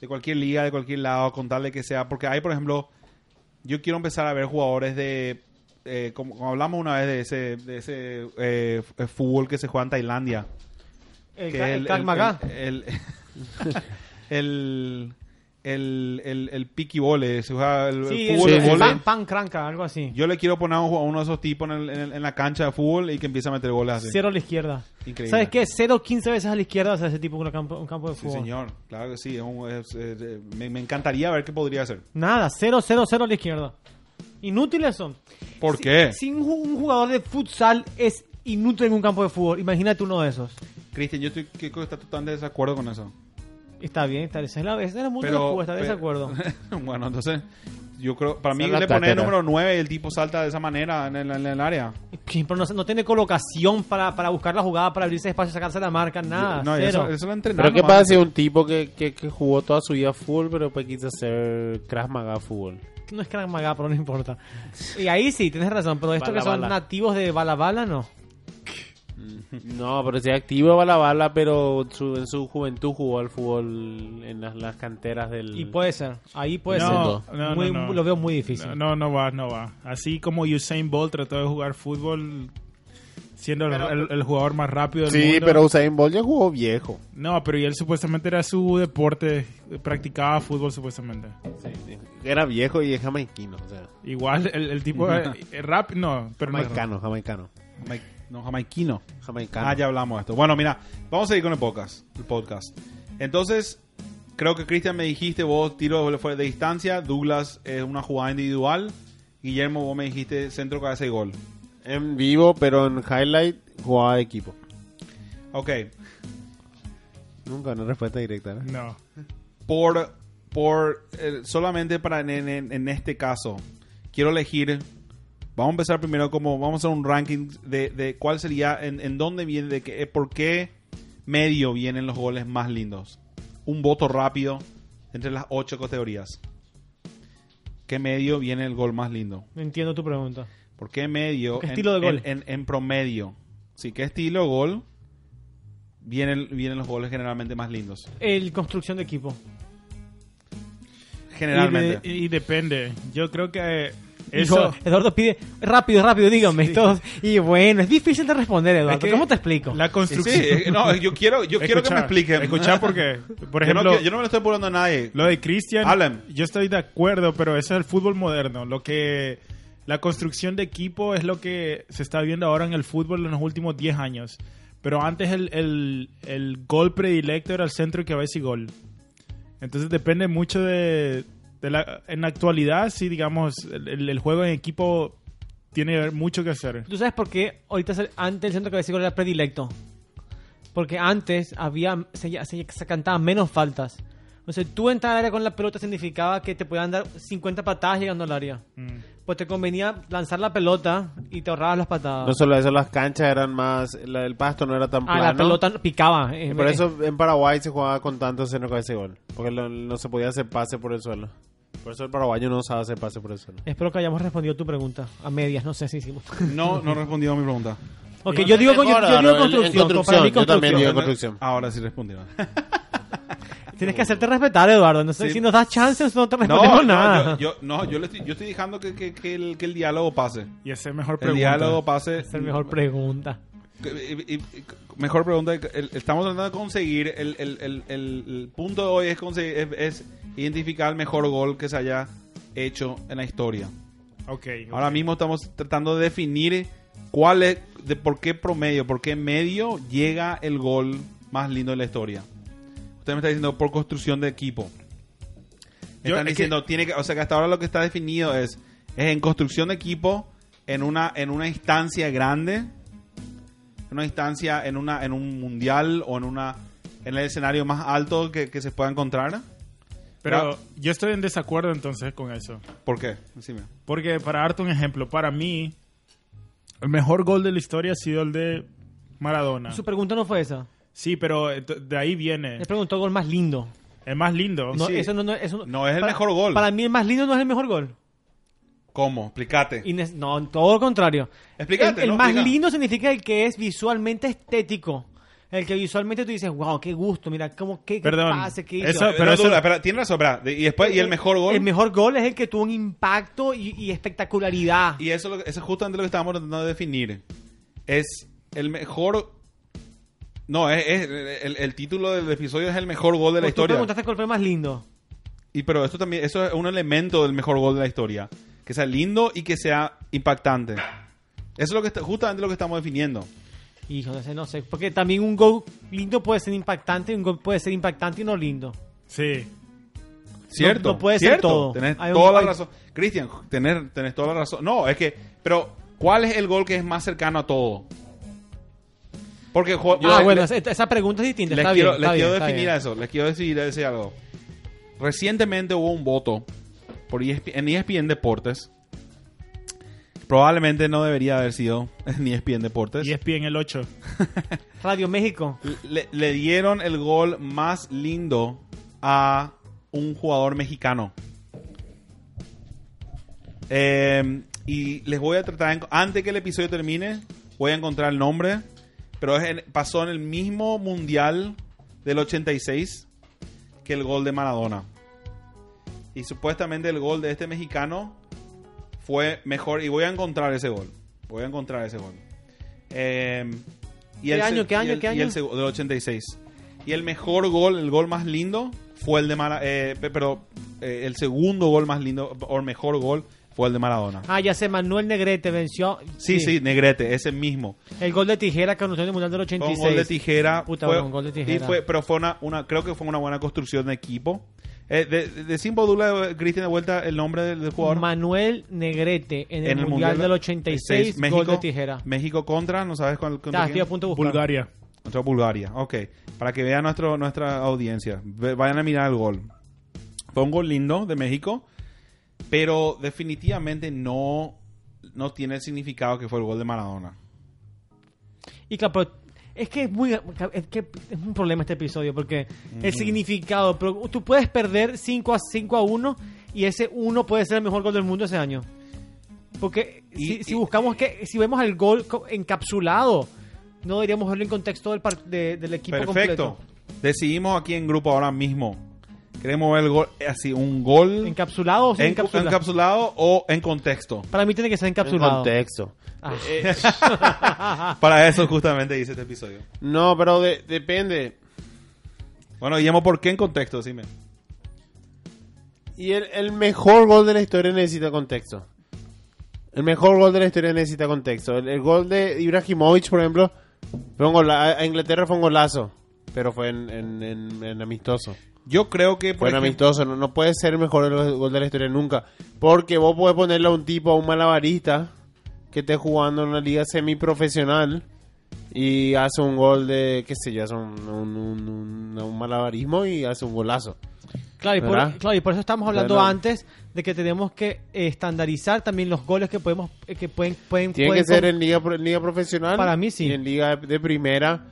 De cualquier liga, de cualquier lado, con tal de que sea. Porque hay, por ejemplo, yo quiero empezar a ver jugadores de. eh, como, como hablamos una vez de ese, de ese eh, f- fútbol que se juega en Tailandia. El, que ca- es el Krav Maga. el- (laughs) el- el- el- el piqui vole, se juega el, el sí, el, fútbol el de vole. pan, pan cranca, algo así. Yo le quiero poner a un- a uno de esos tipos en, el- en el- en la cancha de fútbol y que empiece a meter goles así. Cero a la izquierda. ah, Increíble. ¿Sabes qué? Cero 15 veces a la izquierda hace ese tipo un campo, un campo de Sí, fútbol. señor. Claro que sí. es un- es- es- eh, me, me encantaría ver qué podría hacer. Nada, cero, cero, cero a la izquierda. Inútiles son. ¿Por Si- qué? Si un, ju- un jugador de futsal es inútil en un campo de fútbol, imagínate uno de esos. Cristian, yo estoy, que está totalmente de desacuerdo con eso. Está bien, está bien. Ese es la- ese es el mundo del Pero, fútbol, está de pero- (laughs) desacuerdo. bueno, entonces, yo creo, para mí Esa es la le pone el tatera. número 9 y el tipo salta de esa manera en el, en el área. Que, Pero no, no tiene colocación para, para buscar la jugada, para abrirse espacio, sacarse la marca, nada. no, y cero. eso, eso lo entrenaron. Pero qué nomás. pasa si un tipo que, que, que jugó toda su vida fútbol, pero pues quiso hacer Krav Maga fútbol. No es Krav Maga, pero no importa. Y ahí sí, tienes razón, pero estos Bala, que son bala. nativos de Bala Bala, no. No, pero si es activo bala bala, pero su- en su juventud jugó al fútbol en las, las canteras del. Y pues, puede ser, ahí puede No, ser. no, Muy- no, no. Lo veo muy difícil. No, no, no va, no va. Así como Usain Bolt trató de jugar fútbol siendo el- el, el jugador más rápido del sí, mundo. pero Usain Bolt ya jugó viejo. No, pero y él supuestamente era su deporte, practicaba fútbol supuestamente. Era viejo y es jamaiquino, o sea, Igual el, el tipo eh, rap, no, pero no es rap. jamaicano, jamaicano. Jamai- No, jamaiquino. Jamaicano. Ah, ya hablamos de esto. Bueno, mira, vamos a ir con el podcast. El podcast. Entonces, creo que Cristian me dijiste, vos tiro fuera de distancia, Douglas es una jugada individual, Guillermo vos me dijiste centro, cabeza y gol. En vivo, pero en highlight jugaba de equipo. Ok, Nunca una respuesta directa. ¿no? No. por, por eh, solamente para en, en- en este caso, quiero elegir, vamos a empezar primero como, vamos a hacer un ranking de, de cuál sería, en, en dónde viene, de qué, eh, por qué medio vienen los goles más lindos. Un voto rápido entre las ocho categorías. ¿Qué medio viene el gol más lindo? No entiendo tu pregunta. ¿Por qué medio? ¿Qué en- estilo de en, gol? En, en promedio. Sí, ¿qué estilo gol? Vienen, vienen los goles generalmente más lindos. El construcción de equipo. Y, Generalmente. de- y depende. Yo creo que Eso. eso... Eduardo pide, rápido, rápido, dígame. todos. Y bueno, es difícil de responder, Eduardo. Es que ¿Cómo te explico? La construcción... Sí, eh, no, yo quiero, yo quiero que me expliquen. (laughs) Escuchar porque, por Yo no, ejemplo... quiero- yo no me lo estoy poniendo a nadie. Lo de Christian, Alan. yo estoy de acuerdo, pero eso es el fútbol moderno. Lo que la construcción de equipo es lo que se está viendo ahora en el fútbol en los últimos 10 años. Pero antes el, el- el gol predilecto era el centro y cabeza y gol. Entonces depende mucho de, de la... En la actualidad, sí, digamos, el, el- el juego en equipo tiene mucho que hacer. ¿Tú sabes por qué ahorita se- antes el centro cabecero era predilecto? Porque antes había se, se- se cantaban menos faltas. Entonces, tú entrar al área con la pelota significaba que te podían dar 50 patadas llegando al área. Mm. Pues te convenía lanzar la pelota y te ahorrabas las patadas. No solo eso, las canchas eran más. La, el pasto no era tan ah, plano. la pelota picaba. eh, Y por eh, eso en Paraguay se jugaba con tanto centro con ese gol. Porque lo- no se podía hacer pase por el suelo. Por eso el paraguayo no usaba hacer pase por el suelo. Espero que hayamos respondido tu pregunta. A medias, no sé si (laughs) hicimos. No, no respondió a mi pregunta. Ok, yo digo, yo, yo Ahora, digo en- en construcción. construcción, para mí yo también construcción. digo- construcción. Ahora sí respondieron. Tienes que hacerte respetar, Eduardo. No sé Sí. si nos das chances, no te respondemos No, nada. no, yo, yo- no, yo le estoy, yo estoy dejando que, que- que el, que el diálogo pase. Y hacer mejor El pregunta. diálogo pase. Esa (laughs) es la mejor pregunta. Y- y- y- mejor pregunta. el- estamos tratando de conseguir. El, el- el- el- el punto de hoy es, conseguir- es, es identificar el mejor gol que se haya hecho en la historia. Ok, ok. Ahora mismo estamos tratando de definir ¿Cuál es, de por qué promedio, por qué medio llega el gol más lindo de la historia? Usted me está diciendo por construcción de equipo. Me Yo- están es que- diciendo, tiene que, o sea que hasta ahora lo que está definido es, es en construcción de equipo, en una, en una instancia grande, en una instancia, en una, en un mundial o en una en el escenario más alto que, que se pueda encontrar. Ah. Pero yo estoy en desacuerdo entonces con eso. ¿Por qué? Decime. Porque para darte un ejemplo, para mí, el mejor gol de la historia ha sido el de Ah. Maradona. Su pregunta no fue esa. Sí, pero ent- de ahí viene. Le preguntó gol más lindo. El más lindo. No, Oh, Sí. eso no, no- eso No es el mejor gol. Para mí el más lindo no es el mejor gol. ¿Cómo? Explícate. Y ne- no, todo lo contrario. Explícate, El, el ¿no? más Explica. lindo significa el que es visualmente estético. El que visualmente tú dices, wow, qué gusto, mira, cómo, qué, qué Perdón, pase, qué hizo". eso- No, pero no, dura, espera, tiene razón, espera. De- Y después, y el mejor gol. El mejor gol es el que tuvo un impacto y, y espectacularidad. Y eso, es lo- eso es justamente lo que estábamos tratando de definir. Es el mejor. No, es, es- el, el título del episodio es el mejor gol de la Pues Tú historia. preguntaste cuál fue el más lindo. Y pero esto también, eso es un elemento del mejor gol de la historia. Que sea lindo y que sea impactante. Eso es lo que está- justamente lo que estamos definiendo. Hijo, no sé, no sé. Porque también un gol lindo puede ser impactante y un gol puede ser impactante y no lindo. Sí. Cierto. no puede ser cierto. todo. Tenés Hay un- toda la hay- razón. Cristian, tenés, tenés toda la razón. No, es que. Pero, ¿cuál es el gol que es más cercano a todo? Porque jo- ah, le- bueno, esa- esa pregunta es distinta. les está quiero, bien, les está quiero bien, está definir bien. a eso. Les quiero decir, decir algo. Recientemente hubo un voto por ESP en E ESPN Deportes. Probablemente no debería haber sido (laughs) en E ESPN Deportes. Y es en el 8. Radio México. Le, le dieron el gol más lindo a un jugador mexicano. Eh, y les voy a tratar, en- antes que el episodio termine, voy a encontrar el nombre, pero es en- pasó en el mismo mundial del 86 que el gol de Maradona. Y supuestamente el gol de este mexicano fue mejor, y voy a encontrar ese gol. Voy a encontrar ese gol. Eh, y ¿Qué el se- año, qué y año, el- qué y el año? seg- del 86. Y el mejor gol, el gol más lindo, fue el de Maradona. pero eh, el segundo gol más lindo, o el mejor gol, fue el de Maradona. Ah, ya sé, Manuel Negrete venció. Sí, sí, Negrete, ese mismo. El gol de tijera que anotó en el Mundial del Fue 86. un gol de tijera. Puta, fue- bueno, un gol de tijera. y fue- pero fue una, una- creo que fue una buena construcción de equipo. Eh, de, de, de sin bodula, eh, Cristian, de vuelta el nombre del, del jugador. Manuel Negrete en el, mundial, del 86, gol de tijera. México contra, no sabes cuál. Ya, contra estoy quién? a punto de buscar. Bulgaria. Contra Bulgaria, ok. Para que vea nuestro, nuestra audiencia. Ve- Vayan a mirar el gol. Fue un gol lindo de México, pero definitivamente no, no tiene el significado que fue el gol de Maradona. Y claro, pero es que es muy es que es un problema este episodio porque Mm. el significado, pero tú puedes perder 5 a 5 a 1 y ese 1 puede ser el mejor gol del mundo ese año. Porque si, Y- si y- buscamos que si vemos el gol co- encapsulado, no deberíamos verlo en contexto del par- de- del equipo Perfecto. completo. Decidimos aquí en grupo ahora mismo. Queremos ver el gol, eh, así, un gol en- Encapsulado o sin encapsulado. encapsulado. o en contexto. Para mí tiene que ser encapsulado. contexto. Ah. Para eso justamente hice este episodio. No, pero de- depende. Bueno, Guillermo, ¿por qué en contexto? Decime. Y el, el mejor gol de la historia necesita contexto. El mejor gol de la historia necesita contexto. El, el gol de Ibrahimovic, por ejemplo, fue un gola- a- a Inglaterra fue un golazo, pero fue en, en- en- en amistoso. Yo creo que... Fue por en ejemplo- amistoso, no, no puede ser el mejor gol gol de la historia nunca. Porque vos podés ponerle a un tipo, a un malabarista, que esté jugando en una liga semiprofesional y hace un gol de, qué sé yo, hace un, un- un- un- un malabarismo y hace un golazo. Claro y, por, ¿Verdad? claro, y por eso estamos hablando Bueno. antes de que tenemos que eh, estandarizar también los goles que podemos eh, que pueden pueden, Tiene pueden que ser Pues con- en liga, pro- en liga profesional. Para mí sí. Y en liga de primera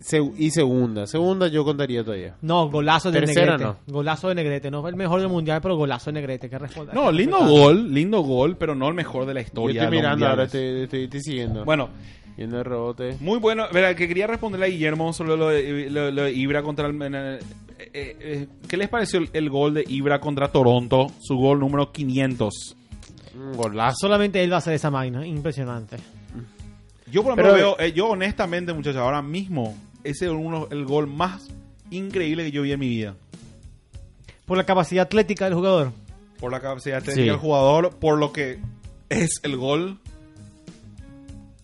se- y segunda. Segunda yo contaría todavía. No, golazo de Tercera, Negrete. Golazo de Negrete, no fue el mejor del mundial, pero golazo de Negrete, que responda. No, lindo gol, lindo gol, pero no el mejor de la Yo historia. estoy de los mirando ahora, mundiales. estoy, estoy- estoy siguiendo. Bueno, Viendo el rebote. muy bueno. Verá, que quería responderle a Guillermo sobre lo de, lo- lo de Ibra contra el. en el- eh, eh, eh, ¿Qué les pareció el, el gol de Ibra contra Toronto? Su gol número 500. Un golazo. Solamente él va a hacer esa máquina, impresionante. Yo, por ejemplo, veo. Pero- eh, yo, honestamente, muchachos, ahora mismo, ese es uno, el gol más increíble que yo vi en mi vida. Por la capacidad atlética del jugador. Por la capacidad técnica Sí. del jugador, por lo que es el gol.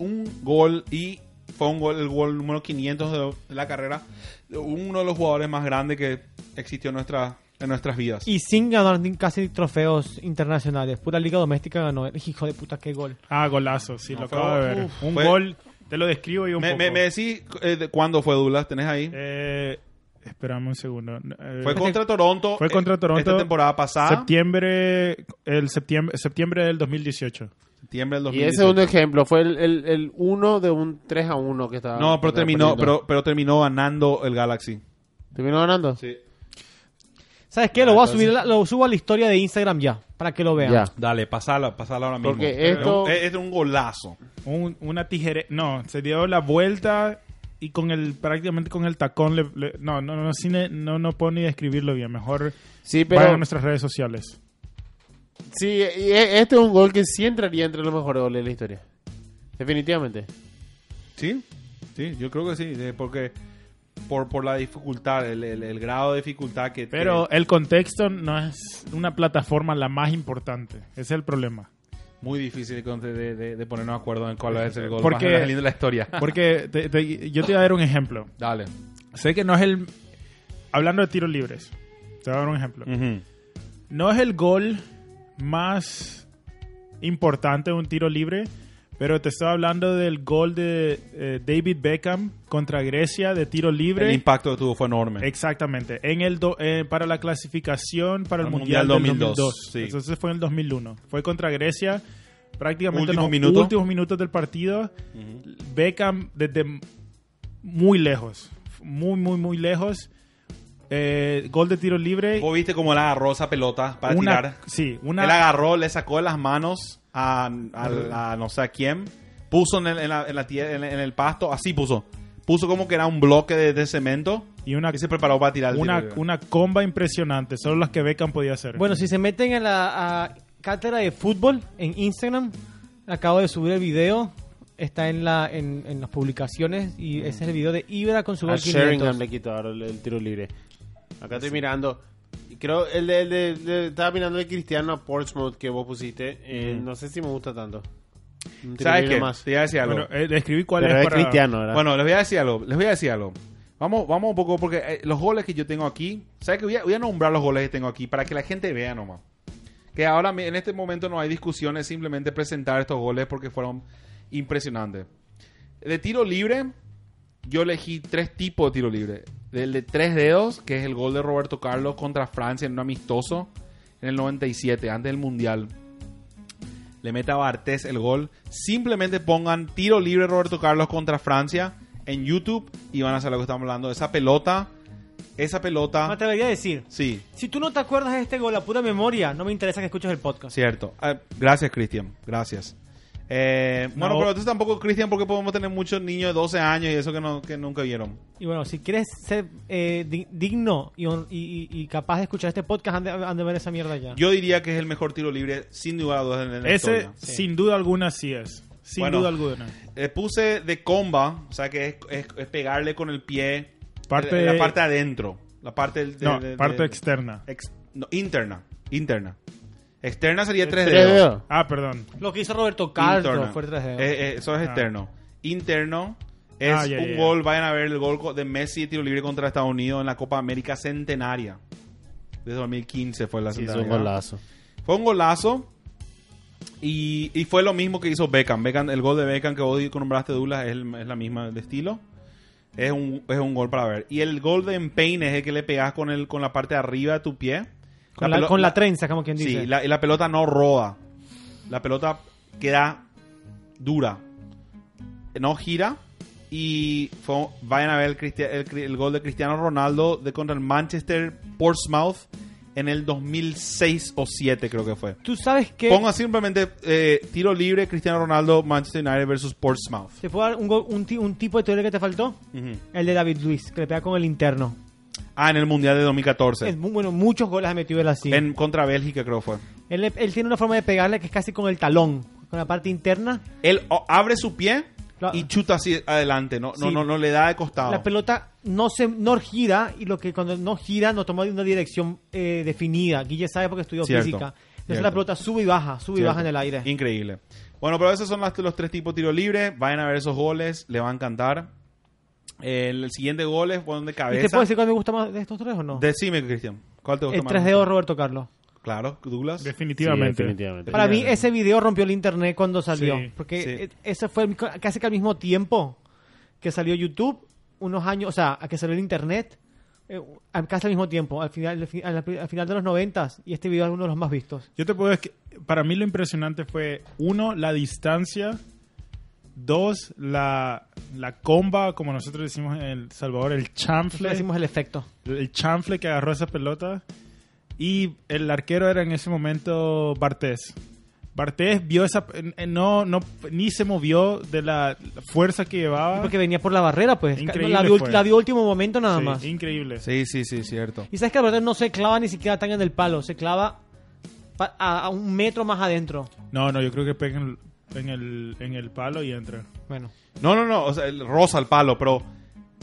un gol y fue un gol, el gol número 500 de la carrera. Uno de los jugadores más grandes que existió en, nuestra, en nuestras vidas. Y sin ganar ni- casi trofeos internacionales. Pura liga doméstica ganó. él. Hijo de puta, qué gol. Ah, golazo, sí, No, lo fue- acabo de ver. uf, un fue- gol, te lo describo y un me, poco. me, me decís eh, de cuándo fue Dulas, tenés ahí. Eh, esperame un segundo. Eh, (laughs) fue contra Toronto. fue contra eh, Toronto. Esta temporada pasada. septiembre, el septiembre, septiembre del 2018. septiembre del Y ese es un 2018. ejemplo. Fue el, el, el uno de un 3 a 1 que estaba. No, pero que estaba terminó, perdiendo. pero, pero terminó ganando el Galaxy. ¿Terminó ganando? Sí. ¿Sabes qué? Lo voy a subir, a la- lo subo a la historia de Instagram ya, para que lo vean. Ah, Ya. Dale, pasala, pasala ahora mismo. Porque Es esto- un- es, es un golazo. Un- una tijera, no, se dio la vuelta y con el prácticamente con el tacón le, le- no, no no cine, no no puedo ni describirlo bien, mejor Sí, vayan a pero. nuestras redes sociales. Sí, y e- este es un gol que sí entraría entre los mejores goles de la historia. Definitivamente. Sí, sí, yo creo que sí, eh, porque por, por la dificultad, el, el- el grado de dificultad que Pero el contexto no es una plataforma la más importante, ese es el problema. muy difícil con- de, de- de ponernos de acuerdo en cuál es el gol Porque- más lindo de la (laughs) historia. Porque te- te- yo te voy a dar un ejemplo. Dale. Sé que no es el hablando de tiros libres. Te voy a dar un ejemplo. no es el gol más importante de un tiro libre, pero te estoy hablando del gol de eh, David Beckham contra Grecia de tiro El libre. impacto que tuvo fue enorme. Exactamente, en el do- eh, para la clasificación para el Al Mundial, Mundial del 2002, 2002. sí. Entonces fue en el 2001. Fue contra Grecia, prácticamente Último en los minuto. últimos minutos del partido. Beckham desde muy lejos, muy, muy, muy lejos. Eh, gol de tiro libre. Vos viste cómo él agarró esa pelota para Una- tirar. Sí, una, Él agarró, le sacó de las manos a, a- a no sé a quién, puso en el, en la- en la tie- en el- en el pasto, así puso. Puso como que era un bloque de, de cemento y una, y se preparó para tirar el una, tiro libre. una comba impresionante. Solo las que Beckham podía hacer. Bueno, si se meten a la a cátedra de fútbol en Instagram, acabo de subir el video. Está en, la, en, en las publicaciones y ese es el video de Ibra con su A gol 500. Sheringham le quitó ahora el, el tiro libre. Acá estoy mirando. Y creo el de, el de- el de- estaba mirando el cristiano a Portsmouth que vos pusiste. Eh, No sé si me gusta tanto. Un tiro ¿Sabes libre qué? más. Te iba a decir algo. Bueno, eh, describí cuál Pero es es para- cristiano, ¿verdad? Bueno, les voy a decir algo. Les voy a decir algo. Vamos, vamos un poco, porque eh, los goles que yo tengo aquí, ¿sabes qué? Voy a, voy a nombrar los goles que tengo aquí para que la gente vea nomás. Que ahora mi- en este momento no hay discusiones, simplemente presentar estos goles porque fueron impresionantes. De tiro libre, yo elegí tres tipos de tiro libre. El de tres dedos, que es el gol de Roberto Carlos contra Francia en un amistoso en el 97, antes del Mundial. Le mete a Bartés el gol. Simplemente pongan tiro libre Roberto Carlos contra Francia en YouTube y van a saber lo que estamos hablando. Esa pelota, esa Me pelota... atrevería a decir, Sí, si tú no te acuerdas de este gol a pura memoria, no me interesa que escuches el podcast. cierto. Ah, gracias, Cristian. Gracias. Eh, bueno, No. pero entonces tampoco, Cristian, porque podemos tener muchos niños de 12 años y eso que, no, que nunca vieron. Y bueno, si quieres ser eh, di- digno y, hon- y- y- y capaz de escuchar este podcast, han de, han de ver esa mierda ya. Yo diría que es el mejor tiro libre, sin duda, en la Ese, historia. Sí. sin duda alguna, sí es. Sin Bueno. duda alguna. Le puse de comba, o sea que es, es- es pegarle con el pie eh, Parte- la, la parte adentro, la parte del- de- no, de- parte de- externa. ex- no, interna, interna. Externa sería tres Tres dedos. dedos. Ah, perdón. Lo que hizo Roberto Carlos Interna. fue tres dedos. Eh, eh, eso es Ah. externo. Interno es Ah, ya, un ya, ya. gol, vayan a ver el gol co- de Messi de tiro libre contra Estados Unidos en la Copa América Centenaria. De 2015 fue la Sí, es un centenaria. golazo. Fue un golazo. Y, y fue lo mismo que hizo Beckham. Beckham- El gol de Beckham que vos nombraste, Douglas, es, el- es la misma de estilo. Es un, es un gol para ver. Y el gol de Empeine es el que le pegas con, el, con la parte de arriba de tu pie. con, la, pelo- con la trenza, como quien dice. Sí, la, y la pelota no roda. La pelota queda dura. No gira. Y fue- vayan a ver el, Cristi- el cri- el gol de Cristiano Ronaldo de contra el Manchester Portsmouth en el 2006 o 7 creo que fue. Tú sabes que... Ponga simplemente eh, tiro libre Cristiano Ronaldo Manchester United versus Portsmouth. ¿Te puedo dar un, gol- un, ti- un tipo de teoría que te faltó? Ujú. El de David Luis, que le pega con el interno. Ah, en el Mundial de 2014. Es mu- bueno, muchos goles ha metido él así. En contra Bélgica creo fue. Él, le- él tiene una forma de pegarle que es casi con el talón, con la parte interna. Él o- abre su pie La- y chuta así adelante, no, no, Sí. no, no le da de costado. La pelota no se no gira y lo que cuando no gira no toma una dirección eh, definida. Guille sabe porque estudió Cierto, física. Entonces cierto. la pelota sube y baja, sube y Cierto. baja en el aire. Increíble. Bueno, pero esos son las- los tres tipos de tiro libre. Vayan a ver esos goles, le va a encantar. El siguiente gol es bueno, de ¿Y este te puedo cabeza. decir cuál me gusta más de estos tres o no? Decime, Cristian, ¿cuál te gusta el más? 3 de Roberto Carlos. Claro, Douglas. Definitivamente. definitivamente. Para mí ese video rompió el internet cuando salió. Sí, porque sí. e- ese fue el- casi que al mismo tiempo que salió YouTube, unos años, o sea, a que salió el internet, eh, a- casi al mismo tiempo, al final, al fi- al, al final de los noventas, y este video es uno de los más vistos. Yo te puedo decir que para mí lo impresionante fue, uno, la distancia, dos, la, la comba, como nosotros decimos en El Salvador, el Le chanfle, decimos el efecto. el chanfle que agarró esa pelota, y el arquero era en ese momento Bartés. Bartés vio esa, eh, eh, no, no, ni se movió de la fuerza que llevaba. Porque venía por la barrera, pues. Increíble la, vio, fue. la vio último momento nada Sí, más. Increíble. Sí, sí, sí, cierto. Y sabes que la pelota no se clava ni siquiera tan en el palo, se clava pa- a, a un metro más adentro. No, no, yo creo que pega en el, en el, en el palo y entra. Bueno. No, no, no, o sea, el rosa al palo, pero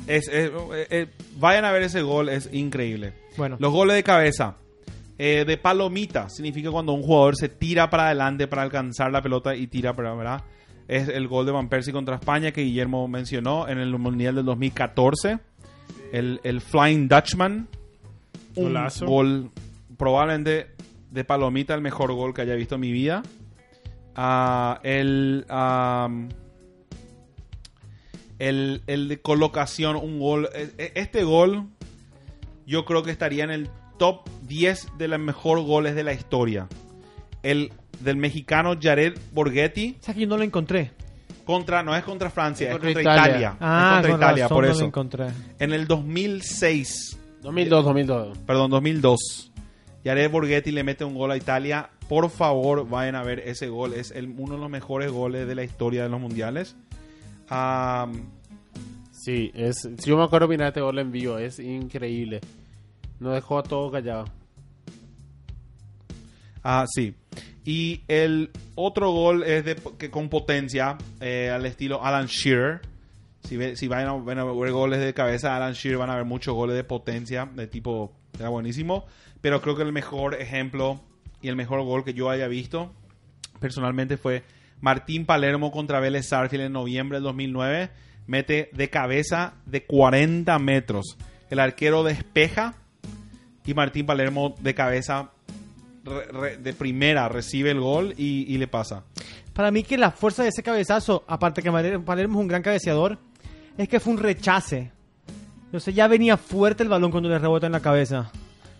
es, es- eh, eh, vayan a ver ese gol, es increíble. Bueno. Los goles de cabeza. Eh, de palomita significa cuando un jugador se tira para adelante para alcanzar la pelota y tira para ¿verdad? Es el gol de Van Persie contra España que Guillermo mencionó en el Mundial del 2014. El, el Flying Dutchman. Un Golazo. gol probablemente de palomita, el mejor gol que haya visto en mi vida. Ah, el, am, el, el de colocación, un gol. E- e- Este gol yo creo que estaría en el top 10 de los mejores goles de la historia. El del mexicano Jared Borghetti ¿Sabes que yo no lo encontré? contra, no es contra Francia, es contra, Contra Italia. Italia. Es Ah, contra con Italia, razón por no eso. lo encontré. en el 2006, 2002, 2002. perdón, 2002, Jared Borghetti le mete un gol a Italia. Por favor, vayan a ver ese gol. Es el- uno de los mejores goles de la historia de los mundiales. Ah, Sí, es, si yo me acuerdo opinar este gol en vivo, es increíble. Nos dejó a todo callado. Ah, sí. Y el otro gol es de, que con potencia, eh, al estilo Alan Shearer. Si, ve- si van, a, van a ver goles de cabeza de Alan Shearer, van a ver muchos goles de potencia, de tipo, era buenísimo. Pero creo que el mejor ejemplo y el mejor gol que yo haya visto, personalmente, fue Martín Palermo contra Vélez Sarsfield en noviembre del 2009. Mete de cabeza de 40 metros. El arquero despeja y Martín Palermo de cabeza re- re- de primera recibe el gol y, y le pasa. Para mí que la fuerza de ese cabezazo, aparte que Palermo Palermo es un gran cabeceador, es que fue un rechace. Entonces ya venía fuerte el balón cuando le rebota en la cabeza.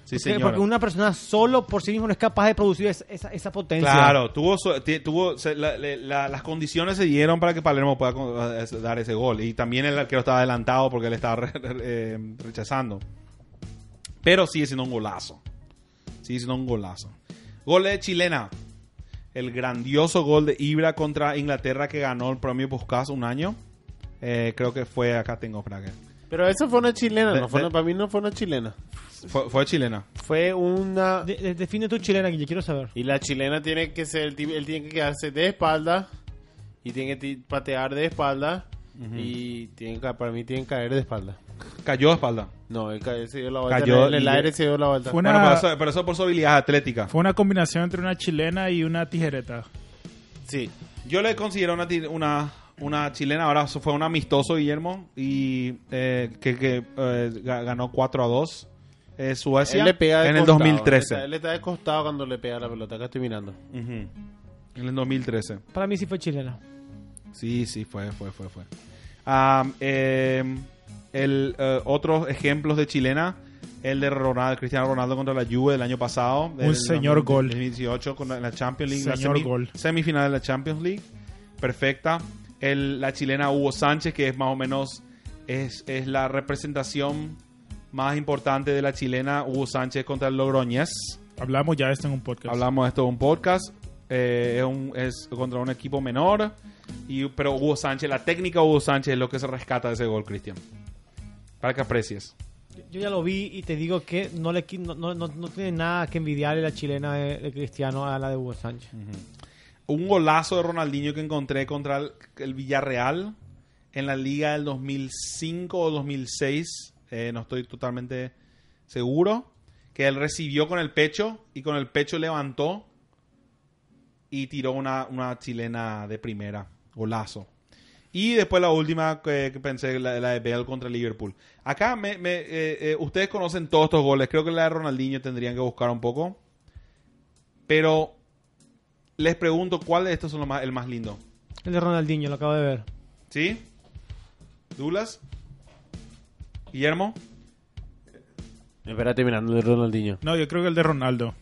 Sí, Porque- señor. Porque una persona solo por sí mismo no es capaz de producir es- esa, esa potencia. Claro, tuvo, su- ti- tuvo se- la- le- la- las condiciones se dieron para que Palermo pueda con- eh, dar ese gol. Y también el arquero estaba adelantado porque él estaba re- re- eh, rechazando. Pero sigue siendo un golazo. Sigue siendo un golazo. Gol de chilena. El grandioso gol de Ibra contra Inglaterra que ganó el premio Puskas un año. Eh, creo que fue, acá tengo, para que. Pero esa fue una chilena, De- no fue de- una- para mí no fue una chilena. Fue, fue chilena. Fue una... De- de- define tu chilena, que yo quiero saber. Y la chilena tiene que ser, el ti- él tiene que quedarse de espalda y tiene que ti- patear de espalda y tiene que- para mí tiene que caer de espalda. Cayó de espalda. No, él, ca- él se dio la vuelta. Cayó en el y- aire se dio la vuelta. Fue una- Bueno, pero eso, pero eso por su habilidad atlética. Fue una combinación entre una chilena y una tijereta. Sí. Yo le considero una, ti- una, una chilena, ahora eso fue un amistoso, Guillermo, y eh, que, que, eh, ga- ganó 4 a 2 eh, Suecia Él le pega de en el costado. 2013. Él está, él está de costado cuando le pega la pelota. Acá estoy mirando. Ujú. En el 2013. Para mí sí fue chilena. Sí, sí, fue, fue, fue, fue. Am, em, el, eh, otros ejemplos de chilena, el de Ronaldo, Cristiano Ronaldo contra la Juve del año pasado. Un del señor 2000, gol. 2018 con la, la Champions League. la Señor gol. Semifinal de la Champions League. Perfecta. El- la chilena Hugo Sánchez, que es más o menos es, es la representación más importante de la chilena Hugo Sánchez contra el Logroñez. Hablamos ya de esto en un podcast. Hablamos de esto en un podcast. eh, es, un- es contra un equipo menor. Y, pero Hugo Sánchez, la técnica de Hugo Sánchez es lo que se rescata de ese gol, Cristian. Para que aprecies. Yo ya lo vi y te digo que no le qui- no, no- no- no tiene nada que envidiarle la chilena de, de Cristiano a la Mm. de Hugo Sánchez. Un golazo de Ronaldinho que encontré contra el, el Villarreal. en la liga del 2005 o 2006, eh, no estoy totalmente seguro, que él recibió con el pecho y con el pecho levantó y tiró una, una chilena de primera, golazo. Y después la última que, que pensé, la, la de Bell contra Liverpool. Acá me, me, eh, eh, ustedes conocen todos estos goles, creo que la de Ronaldinho tendrían que buscar un poco. Pero les pregunto cuál de estos son los más, el más lindo. El de Ronaldinho, lo acabo de ver. ¿Sí? ¿Dulas? ¿Guillermo? Espera, terminando de Ronaldinho. No, yo creo que el de Ronaldo.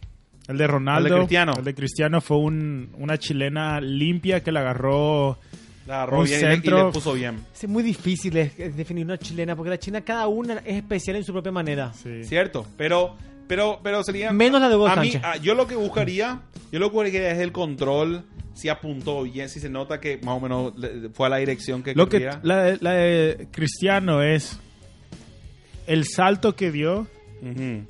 El de Ronaldo. El de Cristiano. El de Cristiano fue un- una chilena limpia que la agarró. La agarró Un bien y le- y le centro. puso bien. Es muy difícil es- es definir una chilena, porque la chilena cada una es especial en su propia manera. Sí. Cierto, pero pero pero sería Menos la de Hugo a mí, Sánchez. a- yo lo que buscaría, yo lo que buscaría es el control, si apuntó bien, si se nota que más o menos le- fue a la dirección que Lo que quería. la, de- la de Cristiano es el salto que dio Ujú.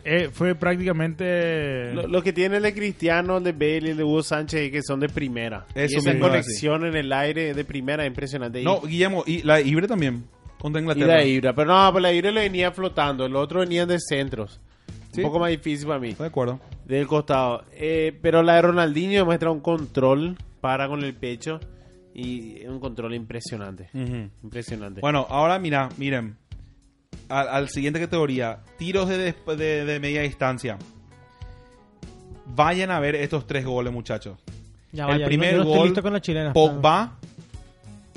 Sí. eh, fue prácticamente Lo, lo que tiene el de Cristiano, el de Bale y el de Hugo Sánchez es que son de primera. Eso y esa mismo, conexión en el aire de primera es impresionante. Y- No, Guillermo, y la de Ibre también contra y Inglaterra. la Ibra. Pero no, pues la Ibra le venía flotando. El otro venía de centros. Sí. Un poco más difícil para mí. Estoy de acuerdo. Del costado. Eh, pero la de Ronaldinho demuestra un control. Para con el pecho. Y un control impresionante. Ujú. Impresionante. Mm. Bueno, ahora mira, miren. Al, al siguiente categoría, tiros de, des- de- de media distancia. Vayan a ver estos tres goles, muchachos. Ya, El vaya, yo no- primer yo no estoy gol, listo con la chilena. Pogba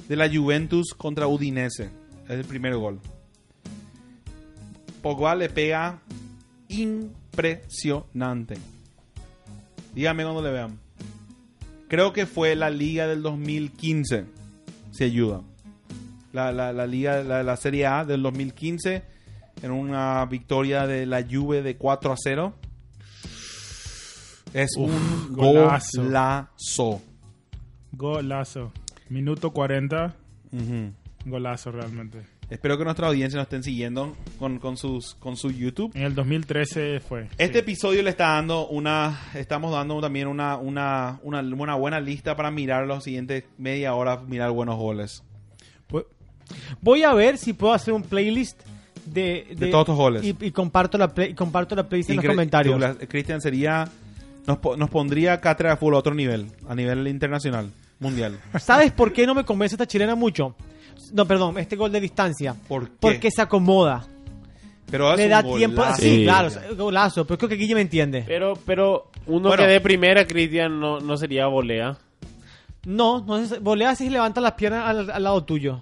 de la Juventus contra Udinese. Es el primer gol. Pogba le pega impresionante. Díganme cuando le vean. Creo que fue la liga del 2015. Si ayuda. La, la- la liga, la, la Serie A del 2015. En una victoria de la Juve de 4 a 0. Es un golazo. golazo. golazo. Minuto 40, Ujú. golazo realmente. Espero que nuestra audiencia nos estén siguiendo con, con sus, con su YouTube. En el 2013 fue. Este sí. episodio le está dando una. Estamos dando también una, una, una, una buena lista para mirar los siguientes media hora, mirar buenos goles. Pu- Voy a ver si puedo hacer un playlist de, De todos tus goles. Y, y comparto la play- y comparto la playlist en los Incre- comentarios. (laughs) Douglas, eh, Cristian sería. Nos, po- nos pondría cátedra de fútbol a otro nivel, a nivel internacional, mundial. ¿Sabes por qué no me convence esta chilena mucho? No, perdón, este gol de distancia. ¿Por qué? Porque se acomoda. Pero es Le un da tiempo. golazo. Sí, Sí. claro, es golazo. Pero creo que Guille me entiende. Pero, pero uno Bueno. que de primera, Cristian, no, no sería volea. No, no es, voleas y levanta las piernas al, al lado tuyo.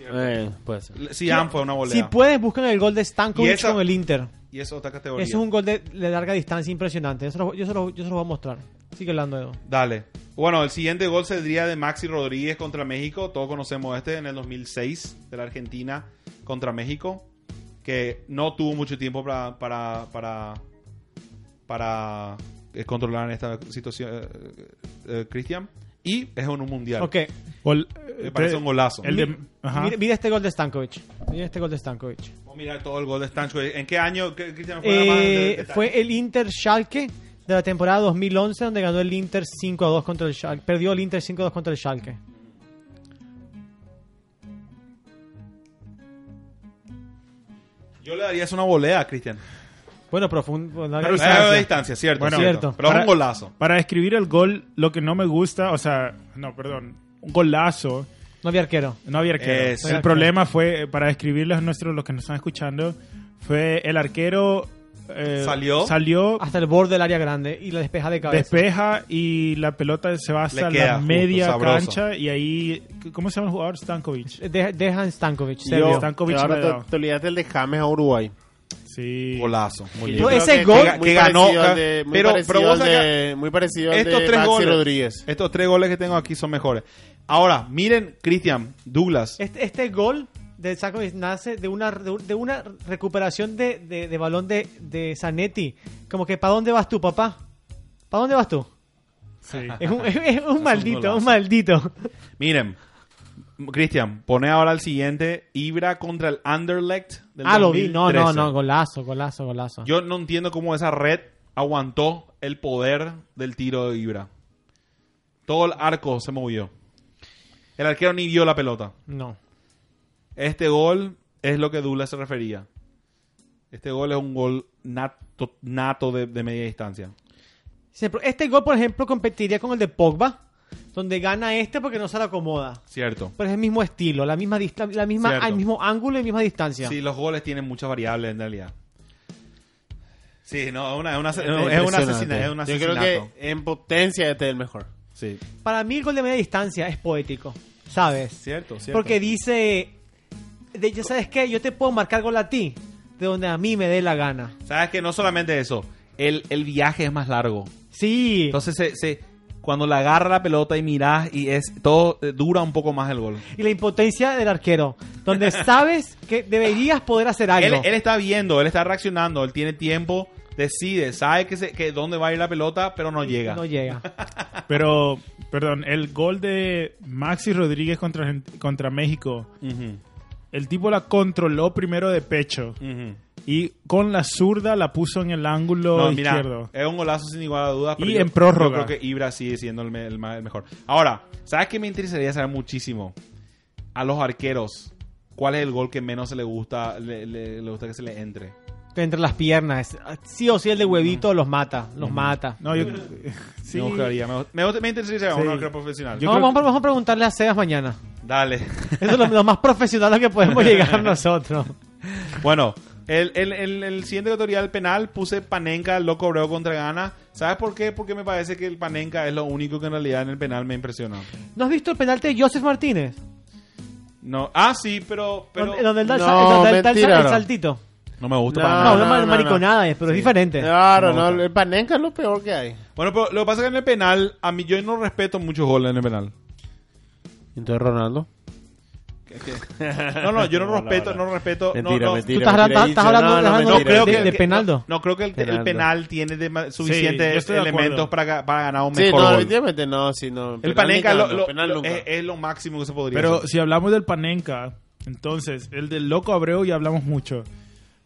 Eh, puede ser. Zidane fue una volea. Si puedes, buscan el gol de Y Stankovic esa- con el Inter. y es otra categoría. Ese es un gol de, de larga distancia impresionante. Eso lo- yo, se lo, yo se lo voy a mostrar. Sigue hablando, Edo. Dale. Bueno, el siguiente gol sería de Maxi Rodríguez contra México. Todos conocemos este en el 2006 de la Argentina contra México. Que no tuvo mucho tiempo para, para, para, para, eh, controlar esta situación, eh, eh, Cristian. Y es en un mundial. Ok, gol- Me parece un golazo. eh, El de, ajá. mira, mira este gol de Stankovic. Mira este gol de Stankovic. Vamos a mirar todo el gol de Stancho. ¿En qué año, qué- Cristian? Fue, nada más de- de- Eh, de- fue el Inter Schalke de la temporada 2011 donde ganó el Inter 5 a 2 contra el Schalke. Perdió el Inter 5 a 2 contra el Schalke. Yo le daría eso una volea a Cristian. Bueno, profundo. Pero es distancia. a distancia, cierto. Bueno, cierto. Cierto. Pero es Para- un golazo. Para describir el gol, lo que no me gusta, o sea, no, perdón, un golazo. No había arquero. No había arquero. Es- el problema fue, eh, para describirles a nuestros, los que nos están escuchando, fue el arquero eh, Salió. salió, Hasta el borde del área grande y la despeja de cabeza. despeja y la pelota se va hasta Le queda la justo, media sabroso. cancha y ahí, ¿cómo se llama el jugador? Stankovic. De- dejan Stankovic. Yo- serbio. Stankovic. Pero ahora Medao. te, te olvidaste el de James a Uruguay. Sí. Golazo. Muy Y bien. yo creo ese que- gol muy que ganó, parecido al ah, de- muy pero- parecido pero vos al de- muy parecido al estos de tres Maxi goles, Rodríguez. Estos tres goles que tengo aquí son mejores. Ahora, miren, Cristian, Douglas. Este, este gol de Stankovic nace de una, de un- de una recuperación de, de- de balón de, de Zanetti. Como que, ¿para dónde vas tú, papá? ¿Para dónde vas tú? Sí. (laughs) Es un, es un maldito, golazo. un maldito. Miren, Cristian, pone ahora el siguiente. Ibra contra el Anderlecht del Ah, lo vi. No, no, 2013. no. Golazo, golazo, golazo. Yo no entiendo cómo esa red aguantó el poder del tiro de Ibra. Todo el arco se movió. El arquero ni vio la pelota. No. Este gol es lo que Dula se refería. Este gol es un gol nato, nato de, de media distancia. Sí, pero Este gol, por ejemplo, competiría con el de Pogba, donde gana este porque no se la acomoda. Cierto. Pero es el mismo estilo, la misma, dista- la misma, Cierto. el mismo ángulo y misma distancia. Sí, los goles tienen muchas variables en realidad. Sí, no, es una- es una, es una- es un Impresionante. asesina- es un Yo asesinato. creo que en potencia este es el mejor. Sí, Para mí el gol de media distancia es poético, ¿sabes? cierto, cierto. Porque dice, de, ya ¿sabes qué? Yo te puedo marcar gol a ti, de donde a mí me dé la gana. Sabes que no solamente eso, el, el viaje es más largo. Sí. Entonces, se, se- cuando la agarra la pelota y mirás, y es todo eh, dura un poco más el gol. y la impotencia del arquero, donde sabes que deberías poder hacer Él, algo. él está viendo, él está reaccionando, él tiene tiempo, decide, sabe que, se- que dónde va a ir la pelota, pero no llega. No llega. Pero, perdón, el gol de Maxi Rodríguez contra, Argent- contra México, Ujú, el tipo la controló primero de pecho ujú. y con la zurda la puso en el ángulo No, mira, izquierdo. es un golazo sin igual a dudas. pero Y en prórroga. Yo creo que Ibra sigue siendo el, me- el ma- el mejor. Ahora, ¿sabes qué me interesaría saber muchísimo? A los arqueros, ¿cuál es el gol que menos se le gusta, le, le- le gusta que se le entre? Entre las piernas. ah, Sí o sí el de huevito los mata. Los mata. No, yo, (laughs) sí, Me gustaría, me, gust- me gust- me interesaría Sí. un arquero profesional. Yo- No, creo vamos, vamos a preguntarle a Sebas mañana. Dale. (laughs) Eso es lo, lo más profesional que podemos llegar nosotros. bueno, el, el, el, el siguiente tutorial penal puse Panenka, loco obreo contra Gana. ¿Sabes por qué? Porque me parece que el Panenka es lo único que en realidad en el penal me impresiona. ¿No has visto el penalti de Joseph Martínez? No, ah, sí, pero, pero Donde- donde él da el, No, sal- donde él da el sal- mentira, el no. saltito. no me gusta No. para nada. No, no, es no, no, mariconada, es, pero es diferente. Claro, No, no, no. el Panenka es lo peor que hay. Bueno, pero lo que pasa es que en el penal, a mí yo no respeto muchos goles en el penal. Entonces Ronaldo. No, no, yo no respeto, no respeto. no, Mentira, no, mentira. Tú estás mentira. hablando- estás Dicho, hablando- estás No, hablando mentira, creo de- que, mentira. de penaldo. No, no creo que el, el Penaldo. penal tiene dema- Sí, yo suficientes estoy de acuerdo. elementos para, para ganar un Sí, mejor no, gol. definitivamente no, sí, no. El penal Panenka nunca, lo- no, lo- penal lo- eh, nunca. es, es lo máximo que se podría Pero hacer. si hablamos del Panenka, entonces, el del Loco Abreu ya hablamos mucho.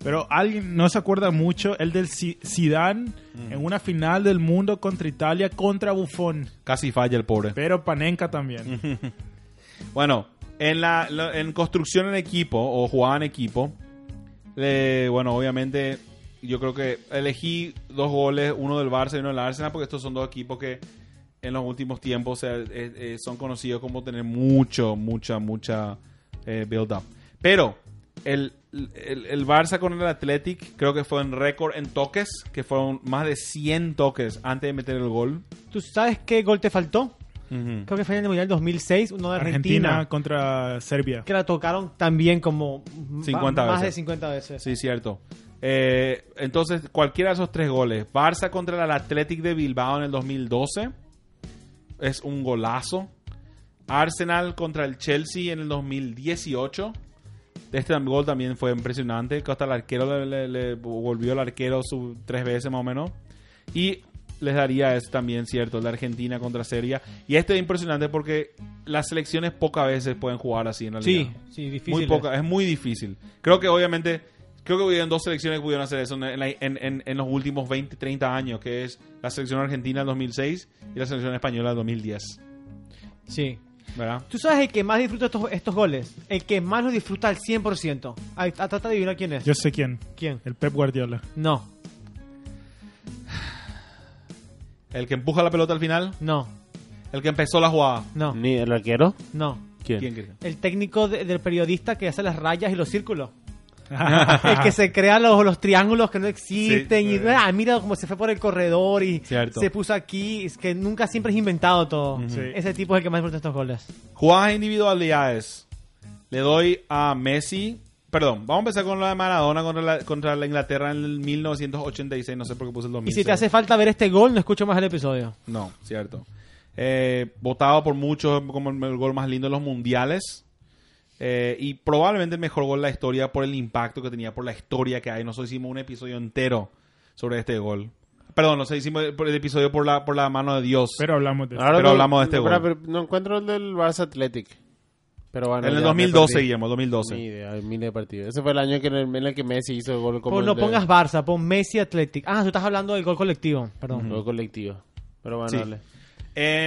Pero alguien no se acuerda mucho, el del Sidán Mm. en una final del mundo contra Italia, contra Buffon. Casi falla el pobre. Pero Panenka también. Bueno, en la lo- en construcción en equipo o jugada en equipo, eh, bueno, obviamente yo creo que elegí dos goles, uno del Barça y uno del Arsenal, porque estos son dos equipos que en los últimos tiempos se- eh, eh, son conocidos como tener mucho, mucha, mucha eh, build-up. Pero el, el, el Barça con el Athletic creo que fue en récord en toques, que fueron más de 100 toques antes de meter el gol. ¿Tú sabes qué gol te faltó? Ujú. Creo que fue en el Mundial 2006, uno de Argentina, Argentina. contra Serbia. que la tocaron también como 50 más veces. de 50 veces. Sí, cierto. Eh, entonces, cualquiera de esos tres goles, Barça contra el Athletic de Bilbao en el 2012, es un golazo. Arsenal contra el Chelsea en el 2018, este gol también fue impresionante, que hasta el arquero le, le- le volvió el arquero su, tres veces más o menos. Y les daría es también cierto, el de Argentina contra Serbia. Y este es impresionante porque las selecciones pocas veces pueden jugar así en realidad. Sí, sí, difícil. Muy poca, es muy difícil. Creo que obviamente, creo que hubieron dos selecciones que pudieron hacer eso en, la- en- en- en los últimos 20, 30 años, que es la selección argentina del 2006 y la selección española del 2010. Sí. ¿Verdad? ¿Tú sabes el que más disfruta estos, estos goles? El que más los disfruta al 100%. Ay, a- ah, trata de adivinar quién es. Yo sé quién. ¿Quién? El Pep Guardiola. No, El que empuja la pelota al final, no, el que empezó la jugada. no, ¿Ni el arquero? no. ¿Quién cree? El técnico de- del periodista que hace las rayas y (laughs) los círculos. el que se crea los, los triángulos que no existen. Sí. y ah, mira cómo se fue por el corredor y Cierto. se puso aquí. Es que nunca siempre es inventado todo. Ujú. Sí. Ese tipo es el que más disfruta estos goles. Jugadas e individualidades. Le doy a Messi. Perdón, vamos a empezar con la de Maradona contra la, contra la Inglaterra en el 1986. No sé por qué puse el 2006. Y si te hace falta ver este gol, no escucho más el episodio. No, cierto. Eh, votado por muchos como el, el gol más lindo de los mundiales. Eh, y probablemente el mejor gol de la historia por el impacto que tenía, por la historia que hay. Nosotros hicimos un episodio entero sobre este gol. Perdón, nosotros hicimos el, por el episodio por la, por la mano de Dios. Pero hablamos de Ahora- Pero hablamos de este espera, gol. pero no encuentro el del Barça Athletic. Pero bueno, en el ya me 2012, perdí. Guillermo, Ni 2012. idea, hay miles de partidos. Ese fue el año que en el, en el que Messi hizo el gol como Pon- Pues no el de- pongas Barça, pon Messi Athletic. Ah, tú estás hablando del gol colectivo, perdón. el gol colectivo. Pero bueno, Sí. dale. Eh,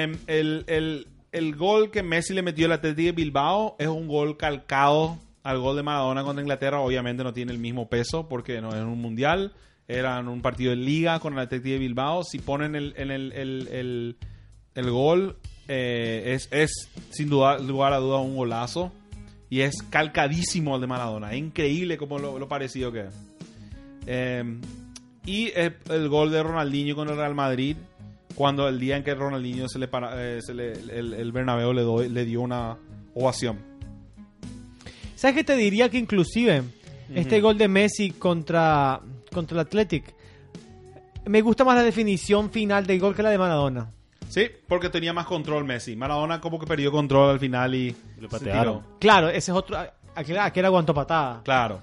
Em, el, el- el gol que Messi le metió al Atlético de Bilbao es un gol calcado al gol de Maradona contra Inglaterra. Obviamente no tiene el mismo peso porque no era un mundial. Era en un partido de liga con el Atlético de Bilbao. Si ponen el, en el, el- el- el gol, eh, es, es sin duda, lugar a duda un golazo. Y es calcadísimo al de Maradona. Es increíble como lo, lo parecido que es. Eh, y eh, el gol de Ronaldinho con el Real Madrid, cuando el día en que Ronaldinho se le, para- eh, se le- el, el Bernabéu le, doy- le dio una ovación. ¿Sabes qué te diría que inclusive este gol de Messi contra, contra el Athletic? Me gusta más la definición final del gol que la de Maradona. Sí, porque tenía más control Messi. Maradona como que perdió control al final y Lo se patearon. tiró. Claro, ese es otro. Aquel, aquel aguantó patada. Claro.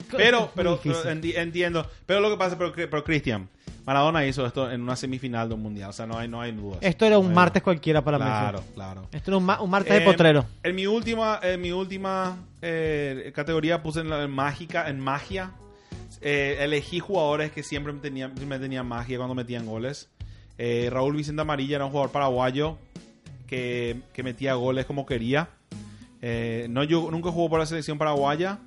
Es Pero, muy pero, difícil. pero enti- entiendo. Pero lo que pasa, pero, pero Cristian, Maradona hizo esto en una semifinal de un mundial. O sea, no hay, no hay dudas. Esto era un No hay martes cualquiera para Messi. Eh, Claro, claro. Esto era un, ma- un martes de Eh, potrero. En mi última, en mi última eh, categoría puse en la en mágica, en magia. Eh, elegí jugadores que siempre me tenían, me tenían magia cuando metían goles. Eh, Raúl Vicente Amarilla era un jugador paraguayo que, que metía goles como quería. Eh, no, yo nunca jugó por la selección paraguaya,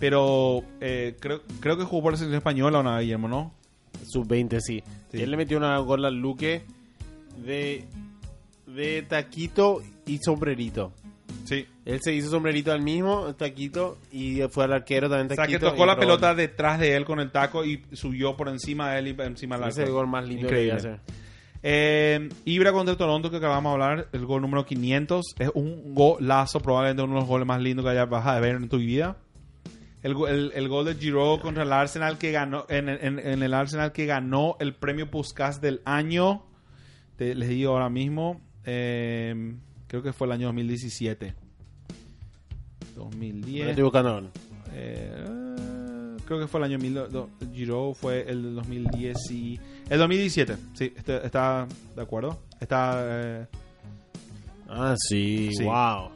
pero eh, creo, creo que jugó por la selección española una vez, Guillermo, ¿no? Sub-20, sí. Sí. Él le metió una gol al Luque de, de taquito y sombrerito. Sí. Él se hizo sombrerito al mismo, taquito, y fue al arquero también O taquito. sea, que y tocó la entró pelota gol. detrás de él con el taco y subió por encima de él y encima del Ese es el arco. gol más lindo Increíble. que voy a hacer. Eh, Ibra contra el Toronto, que acabamos de hablar, el gol número 500. Es un golazo, probablemente uno de los goles más lindos que hayas vas a ver en tu vida. El, go- el- el gol de Giroud contra el Arsenal que ganó en, en- en el Arsenal que ganó el premio Puskas del año. Te- les digo ahora mismo. eh, creo que fue el año 2017. No 2010. estoy buscando ahora. Eh, creo que fue el año 1000. do- do- Giroud fue el del 2010 y. El 2017, sí, este- está de acuerdo. Está. eh, Ah, sí, Sí. wow.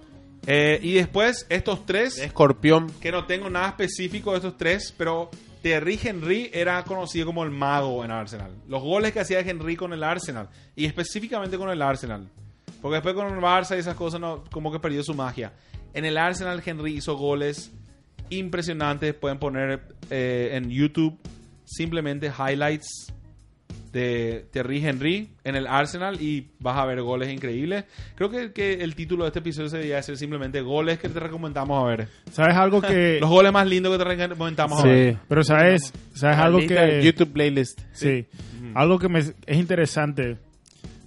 eh, y después, estos tres, Escorpión. que no tengo nada específico de estos tres, pero Terry Henry era conocido como el mago en Arsenal. Los goles que hacía Henry con el Arsenal, y específicamente con el Arsenal. Porque después con el Barça y esas cosas, no, como que perdió su magia. En el Arsenal, Henry hizo goles impresionantes. Pueden poner eh, en YouTube simplemente highlights de Terry Henry en el Arsenal y vas a ver goles increíbles. Creo que, que el título de este episodio sería ser simplemente goles que te recomendamos a ver. ¿Sabes algo que... (laughs) Los goles más lindos que te recomendamos a ver. Sí, pero ¿sabes, sabes algo Lista de que... YouTube playlist. Sí. Algo que me, es interesante,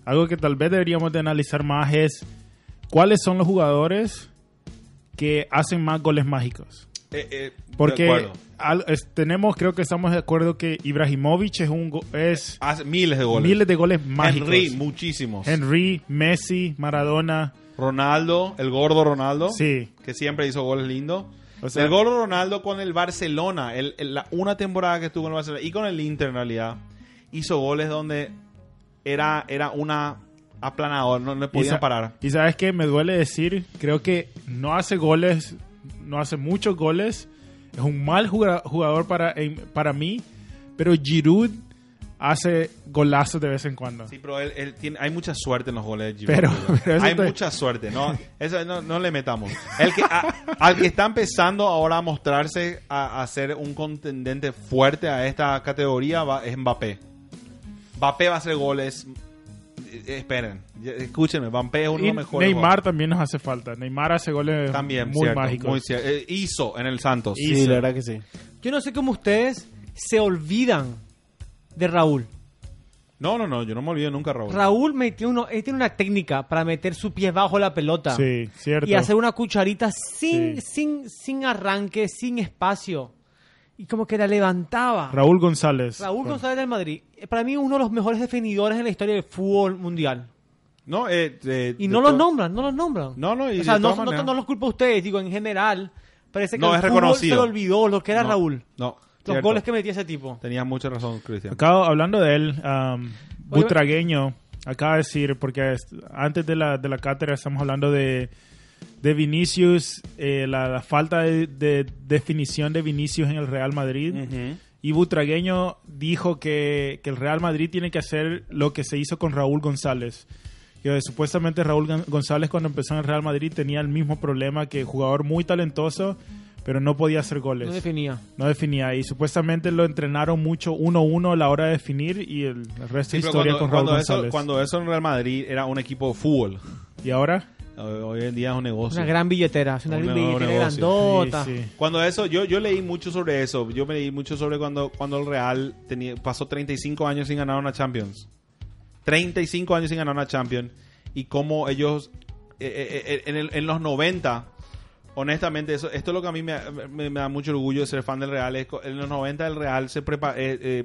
algo que tal vez deberíamos de analizar más es cuáles son los jugadores que hacen más goles mágicos. Eh, eh, de Porque acuerdo. al- es- tenemos, creo que estamos de acuerdo que Ibrahimovic es un go- es Hace miles de goles. miles de goles mágicos. Henry, muchísimos. Henry, Messi, Maradona. Ronaldo, el gordo Ronaldo. Sí. Que siempre hizo goles lindos. O sea- el gordo Ronaldo con el Barcelona. el- el- la, una temporada que estuvo en el Barcelona y con el Inter en realidad. Hizo goles donde era, era una aplanador. No le Y sa- podían parar. Y sabes que me duele decir, creo que no hace goles, no hace muchos goles. Es un mal jugada- jugador para, en- para mí, pero Giroud hace golazos de vez en cuando. Sí, pero él, él tiene, hay mucha suerte en los goles de Giroud. (laughs) Pero- pero eso hay te- mucha suerte, ¿no? Eso no, no le metamos. El que, a- al que está empezando ahora a mostrarse a, a ser un contendente fuerte a esta categoría va- es Mbappé. Mbappé va a hacer goles. eh, Esperen, ya- escúchenme, Mbappé es uno de Y los mejores. Neymar también nos hace falta. Neymar hace goles jugadores. también, muy cierto, mágicos. muy cier- eh, hizo en el Santos. Sí, Hizo. la verdad que sí. Yo no sé cómo ustedes se olvidan de Raúl. No, no, no, yo no me olvido nunca, Raúl. Raúl metió uno, él tiene una técnica para meter su pie bajo la pelota Sí, cierto. y hacer una cucharita sin, Sí. sin, sin arranque, sin espacio. Y como que la levantaba. Raúl González. Raúl Bueno, González del Madrid, eh, para mí uno de los mejores definidores en la historia del fútbol mundial. No, eh, eh, de Y no los to- nombran, no los nombran. No, no, y o sea, de no, todas no- maneras. no los culpo a ustedes, digo, en general. Parece que No, el es fútbol reconocido. se lo olvidó lo que era No, Raúl. No, Los cierto. goles que metía ese tipo. Tenías mucha razón, Cristian. Acabo, hablando de él, um, Butragueño, acaba de decir, porque es- antes de la, de la cátedra estamos hablando de, de Vinicius, eh, la, la falta de, de definición de Vinicius en el Real Madrid. Ujú. Y Butragueño dijo que, que el Real Madrid tiene que hacer lo que se hizo con Raúl González, que eh, supuestamente Raúl Gon- González cuando empezó en el Real Madrid tenía el mismo problema que jugador muy talentoso, pero no podía hacer goles. No definía. No definía y supuestamente lo entrenaron mucho 1-1 a la hora de definir y el el resto Sí, es pero historia cuando, con Raúl cuando eso, González. cuando eso en Real Madrid era un equipo de fútbol. Y ahora Eh, Hoy en día es un negocio. Una gran billetera, es una Un gran nuevo billetera negocio. grandota. Sí, sí. Cuando eso, yo, yo leí mucho sobre eso. Yo me leí mucho sobre cuando, cuando el Real tenía, pasó 35 años sin ganar una Champions. 35 años sin ganar una Champions. Y cómo ellos, eh, eh, eh, en, el- en los 90, honestamente, eso, esto es lo que a mí me, me- me da mucho orgullo de ser fan del Real. es co- en los 90 el Real se prepa- eh, eh,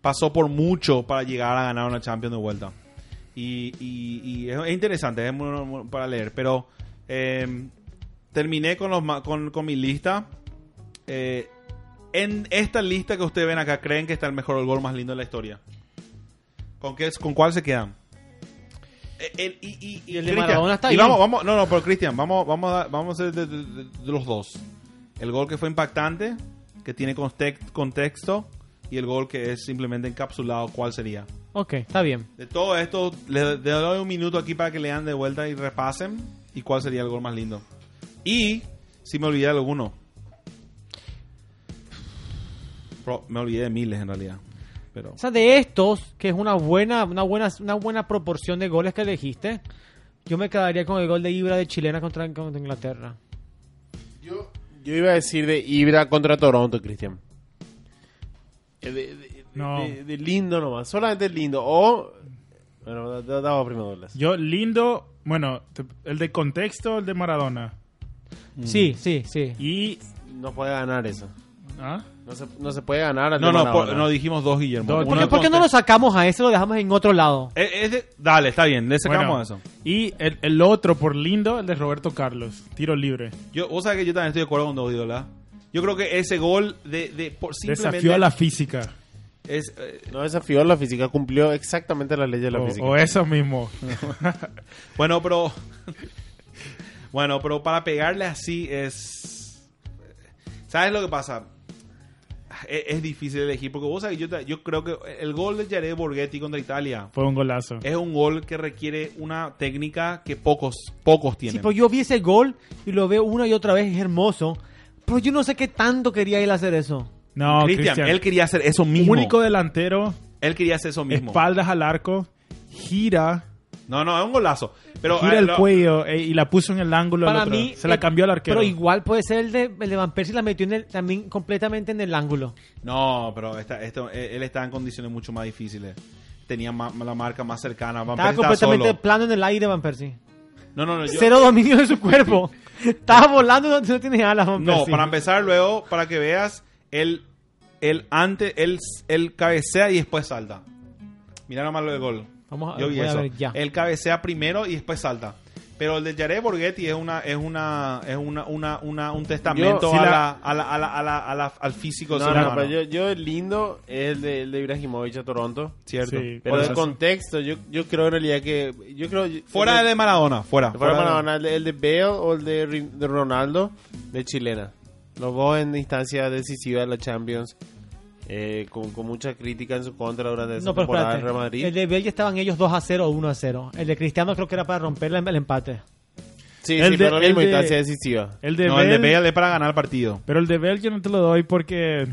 pasó por mucho para llegar a ganar una Champions de vuelta. Y, y- y es, es interesante, es muy- muy- para leer. Pero eh, terminé con, los, ma- con, con mi lista. Eh, en esta lista que ustedes ven acá, ¿creen que está el mejor gol más lindo de la historia? ¿Con, qué, es- con cuál se quedan? Eh, el- y, y- y- Y el de Cristian, Maradona está ahí. y vamos, vamos, no, no, pero Cristian, vamos, vamos, a, vamos a hacer de, de- de- de los dos. El gol que fue impactante, que tiene context- contexto, y el gol que es simplemente encapsulado, ¿cuál sería? Ok, está bien. De todo esto, le, le doy un minuto aquí para que lean de vuelta y repasen. ¿Y cuál sería el gol más lindo? Y si me olvidé de alguno. Pro- me olvidé de miles en realidad. Pero O sea, de estos, que es una buena, una buena, una buena proporción de goles que elegiste, yo me quedaría con el gol de Ibra de Chilena contra, contra Inglaterra. Yo, yo iba a decir de Ibra contra Toronto, Cristian. Eh, De, de- No. de- de lindo nomás, solamente lindo. O. Bueno, da- da- damos primero Douglas. Yo, lindo, bueno, te- el de contexto, el de Maradona. Mm. Sí, sí, sí. Y. No puede ganar eso. ¿ah? No se, no se puede ganar al no, de no, Maradona. por- no dijimos dos, Guillermo. Dos. Uno ¿Por qué, de por qué no lo contexto. sacamos a ese? Lo dejamos en otro lado. Eh, es de- dale, está bien, le sacamos Bueno, eso. Y el, el otro, por lindo, el de Roberto Carlos. Tiro libre. Yo, vos sabés que yo también estoy de acuerdo con dos, ¿verdad? Yo creo que ese gol de, de por simplemente Desafío a la física. es, eh, No desafió la física, cumplió exactamente la ley de la O, física. o eso (laughs) mismo. Bueno, pero. (laughs) Bueno, pero para pegarle así es. ¿Sabes lo que pasa? Es, es difícil elegir porque vos sabés, yo, ta- yo creo que el gol de Jared Borghetti contra Italia Fue un golazo. es un gol que requiere una técnica que pocos, pocos Sí, tienen. pero yo vi ese gol y lo veo una y otra vez, es hermoso. Pero yo no sé qué tanto quería él hacer eso. No, Cristian, Cristian. él quería hacer eso mismo. Único delantero, Él quería hacer eso mismo. espaldas al arco, gira, No, no, es un golazo. Pero, gira eh, el lo- cuello eh, y la puso en el ángulo. del Para otro. mí. Se la eh, cambió al arquero. Pero igual puede ser el de, el de Van Persie, la metió en el- también completamente en el ángulo. No, pero está- esto, eh, él estaba en condiciones mucho más difíciles. Tenía ma- la marca más cercana. Van Estaba Persie completamente solo. plano en el aire, Van Persie. No, no, no. yo- Cero dominio de su cuerpo. Estaba volando y no, no tienes alas, Van No, Persie. para empezar luego, para que veas, él, él antes, él, él cabecea y después salta. Mira nomás lo del gol. Vamos a- Yo vi voy a eso. ver ya. Él cabecea primero y después salta. Pero el de Jared Borghetti es una, es una, es una, una, una- un testamento Yo, si a la- la- a la- a la- a la- a la- al físico del No, ser no, humano. pero yo, yo el lindo es el de, el de Ibrahimovic a Toronto. Cierto. Sí. Pero Por el eso. contexto, yo, yo creo en realidad que. Yo creo, Fuera el, de Maradona, fuera. fuera de de- Maradona, el de- el de Bale o el de, Ri- de Ronaldo, de Chilena. Los dos en instancia decisiva de la Champions. eh, con, con mucha crítica en su contra durante esa No, pero temporada espérate. del Real Madrid. El de Bale ya estaban ellos 2 a 0 o 1 a 0. El de Cristiano creo que era para romper el, el empate. Sí, sí, El de- pero la el misma de- instancia decisiva. el de No, el de Bale- Bale es para ganar el partido. Pero el de Bell yo no te lo doy porque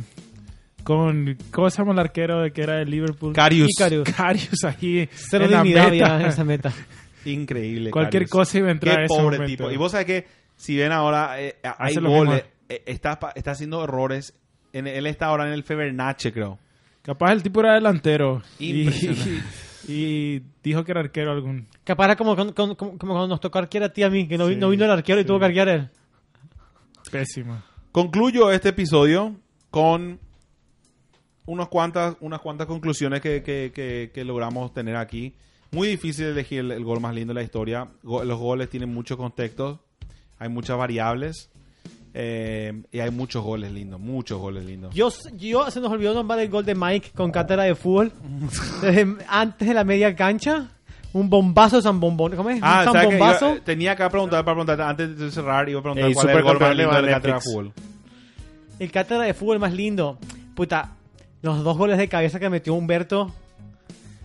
con ¿cómo se llama el arquero de que era de Liverpool? Carius. (laughs) Carius. Carius ahí Cero en la dignidad meta. había en esa meta. (laughs) Increíble. Cualquier Karius. cosa iba a entrar Qué en ese pobre momento. tipo. Y vos sabés que si ven ahora, eh, a- hay Hace lo goles, mismo. eh, está, pa- está haciendo errores. En- él está ahora en el Febernache, creo. (laughs) Capaz el tipo era delantero y, Impresionante. y dijo que era arquero algún. Capaz era como, con- con- como- como cuando nos tocó arquear a ti y a mí, que no, vi- Sí, no vino el arquero y sí. tuvo que arquear él. Pésimo. Concluyo este episodio con unas cuantas, unas cuantas conclusiones que, que- que- que logramos tener aquí. Muy difícil elegir el, el gol más lindo de la historia. Go- los goles tienen muchos contextos, hay muchas variables eh, y hay muchos goles lindos, muchos goles lindos. Yo, yo se nos olvidó nombrar el gol de Mike con cátedra de fútbol. Desde antes de la media cancha, un bombazo San Bombón. ¿Cómo es? Ah, un ¿sabes qué? zambombazo. Yo, eh, tenía que preguntar para preguntar antes de cerrar iba a preguntar El cuál es el gol más supercampeón lindo de de la cátedra de Netflix. fútbol. El cátedra de fútbol más lindo. Puta, los dos goles de cabeza que metió Humberto.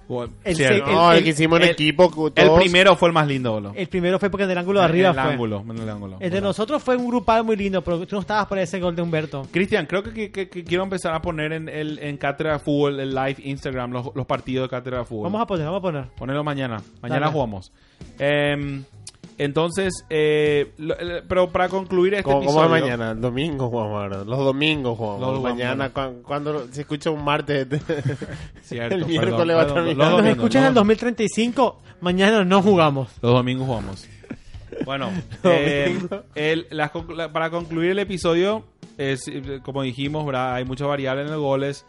O- El sí, se- no. No, el- el, que hicimos en el- equipo. el, todos- primero fue el más lindo, boludo. El primero fue porque en el ángulo de arriba el fue. ángulo, en el ángulo. El de Boludo. nosotros fue un grupal muy lindo, pero tú no estabas por ese gol de Humberto. Cristian, creo que, que- que- que quiero empezar a poner en, el, en Cátedra de Fútbol, el live Instagram, los, los partidos de Cátedra de Fútbol. Vamos a poner, vamos a poner. Ponelo mañana. Mañana Dale. jugamos. Em, entonces, eh, lo- el- pero para concluir este ¿Cómo, cómo es episodio- mañana? El domingo jugamos ahora. Los domingos jugamos. Los domingos. mañana, cuan- cuando se escucha un martes. (laughs) Cierto, el perdón, miércoles va a perdón, terminar. los Nos domingos, escuchan ¿no? en el 2035, mañana no jugamos. Los domingos jugamos. Bueno, eh, el- las conc- la- para concluir el episodio, es, eh, como dijimos, ¿verdad? hay muchas variables en los goles.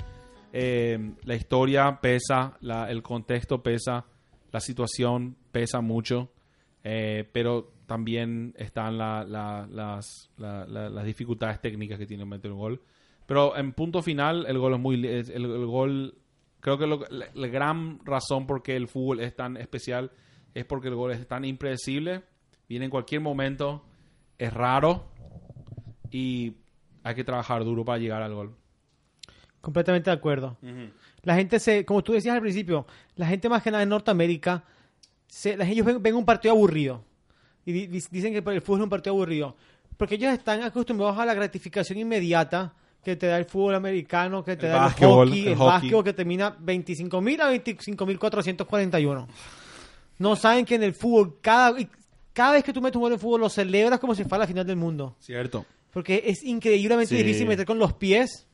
Eh, la historia pesa, la- el contexto pesa, la situación pesa mucho, eh, pero también están la- la- las, la- la- las dificultades técnicas que tiene meter un gol. Pero en punto final, el gol es muy. li- es- El, el gol. Creo que lo- la, la gran razón por qué el fútbol es tan especial es porque el gol es tan impredecible. Viene en cualquier momento. Es raro. Y hay que trabajar duro para llegar al gol. Completamente de acuerdo. La gente se, como tú decías al principio, la gente más que nada en Norteamérica, se, la- ellos ven, ven un partido aburrido. Y di- di- dicen que el fútbol es un partido aburrido. Porque ellos están acostumbrados a la gratificación inmediata que te da el fútbol americano, que te El da el básquetbol, hockey, el el, hockey. básquetbol que termina 25.000 a 25.441. No saben que en el fútbol, cada, y cada vez que tú metes un gol en fútbol, lo celebras como si fuera la final del mundo. Cierto. Porque es increíblemente Sí. Mm. difícil meter con los pies.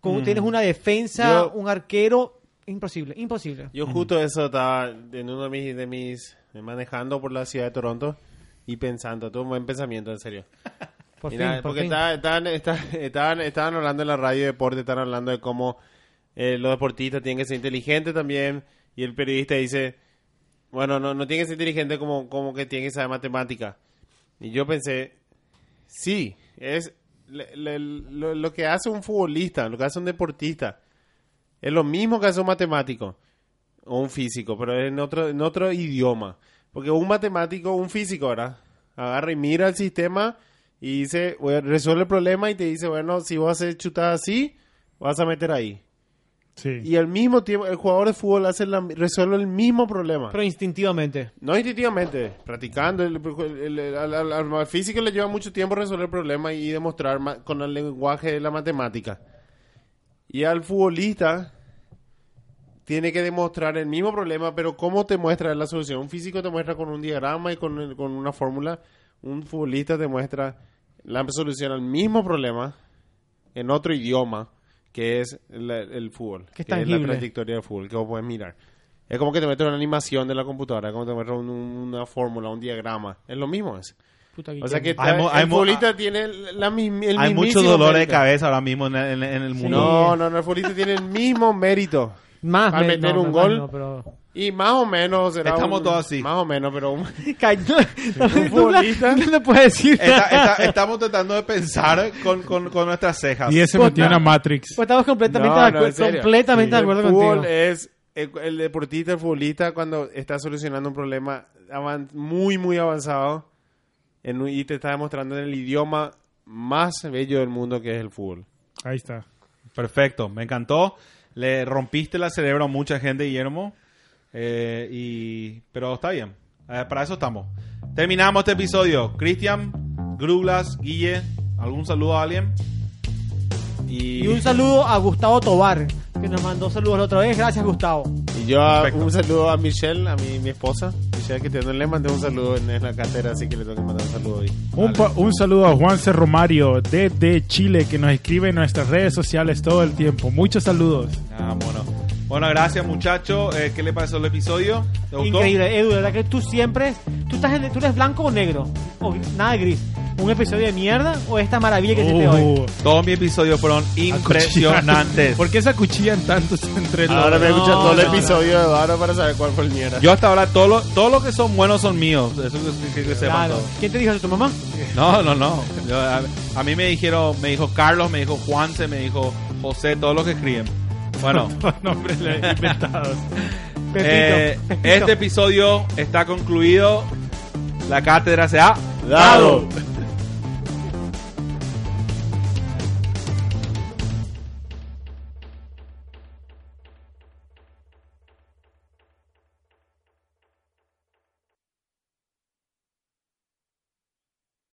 Como tienes una defensa, Yo- un arquero. Imposible, imposible. Yo justo eso estaba en uno de mis, de mis eh, manejando por la ciudad de Toronto y pensando, tuve un buen pensamiento, en serio. (laughs) Por Mira, fin, por porque fin. estaba- estaban, esta- estaban, estaban hablando en la radio de deporte, estaban hablando de cómo eh, los deportistas tienen que ser inteligentes también y el periodista dice, bueno, no, no tiene que ser inteligente como, como que tiene que saber matemática. Y yo pensé, sí, es le- le- lo, lo que hace un futbolista, lo que hace un deportista, es lo mismo que hace un matemático o un físico, pero en otro, en otro idioma. Porque un matemático, un físico, ¿verdad? Agarra y mira el sistema y dice, bueno, resuelve el problema y te dice, bueno, si vas a hacer chutada así, vas a meter ahí. Sí. Y al mismo tiempo, el jugador de fútbol hace la- resuelve el mismo problema. Pero instintivamente. No instintivamente, practicando. El, el- el- al, al- al- al físico le lleva mucho tiempo resolver el problema y demostrar ma- con el lenguaje de la matemática. Y al futbolista tiene que demostrar el mismo problema, pero ¿cómo te muestra la solución? Un físico te muestra con un diagrama y con, el- con una fórmula. Un futbolista te muestra la solución al mismo problema en otro idioma, que es la- el fútbol. Que es la tangible. practi- historia de fútbol que vos podés mirar. Es como que te metes una animación de la computadora, es como te metes un- un- una fórmula, un diagrama. Es lo mismo. Es. Puta, O sea que Guillermo. está- Hay mo- hay el mo- ah. futbolista tiene la misma. El Hay muchos mismísimo dolores de mérito. cabeza ahora mismo en, en- en el mundo. No, no, no, el futbolista tiene el mismo mérito. Más al me- meter no, un más gol. no, pero- (laughs) Y más o menos será Estamos un- todos así. Más o menos, pero un- Ca- no, no, futbolista? no le puedo decir. (laughs) Está- nada. está- estamos tratando de pensar con, con- con nuestras cejas. Y ese Puta. metió en la Matrix. Pues estamos completamente, No, de, no, acuer- en serio. completamente de acuerdo el fútbol contigo. es el, el deportista, el futbolista, cuando está solucionando un problema avan- muy, muy avanzado en un- y te está demostrando en el idioma más bello del mundo que es el fútbol. Ahí está. Perfecto, me encantó. Le rompiste la cerebro a mucha gente, Guillermo. Eh, y, pero está bien, Eh, para eso estamos. Terminamos este episodio. Cristian, Grublas, Guille, ¿algún saludo a alguien? Y, Y un saludo a Gustavo Tobar, que nos mandó saludos la otra vez. Gracias, Gustavo. Y yo a- Perfecto. un saludo a Michelle, a mi, mi esposa. Michelle, que te- no le mandé un saludo en, en la cátedra, así que le tengo que mandar un saludo hoy. Un, pa- un saludo a Juan C. Romario desde Chile que nos escribe en nuestras redes sociales todo el tiempo. Muchos saludos. Ah, bueno. Bueno, gracias muchachos. Eh, ¿Qué le pareció el episodio? ¿Te gustó? Increíble, Edu, de verdad que tú siempre. Tú, estás en- tú eres blanco o negro, o gr- nada de gris. ¿Un episodio de mierda o esta maravilla que hiciste hoy? Uh, Todos mis episodios fueron (laughs) impresionantes. (laughs) ¿Por qué se acuchillan tantos entre los? Ahora me no, escuchas todo el no, no. episodio de Eduardo para saber cuál fue el mierda. Yo hasta ahora todo lo, todo lo que son buenos son míos. Eso que, que- que sepan Claro. todos. ¿Quién te dijo eso, tu mamá? No, no, no. Yo, a, a mí me dijeron, me dijo Carlos, me dijo Juanse, me dijo José, todos los que escriben. (laughs) Bueno, (laughs) nombres inventados. Pepito. eh, Pepito. este episodio está concluido. La cátedra se ha Dado.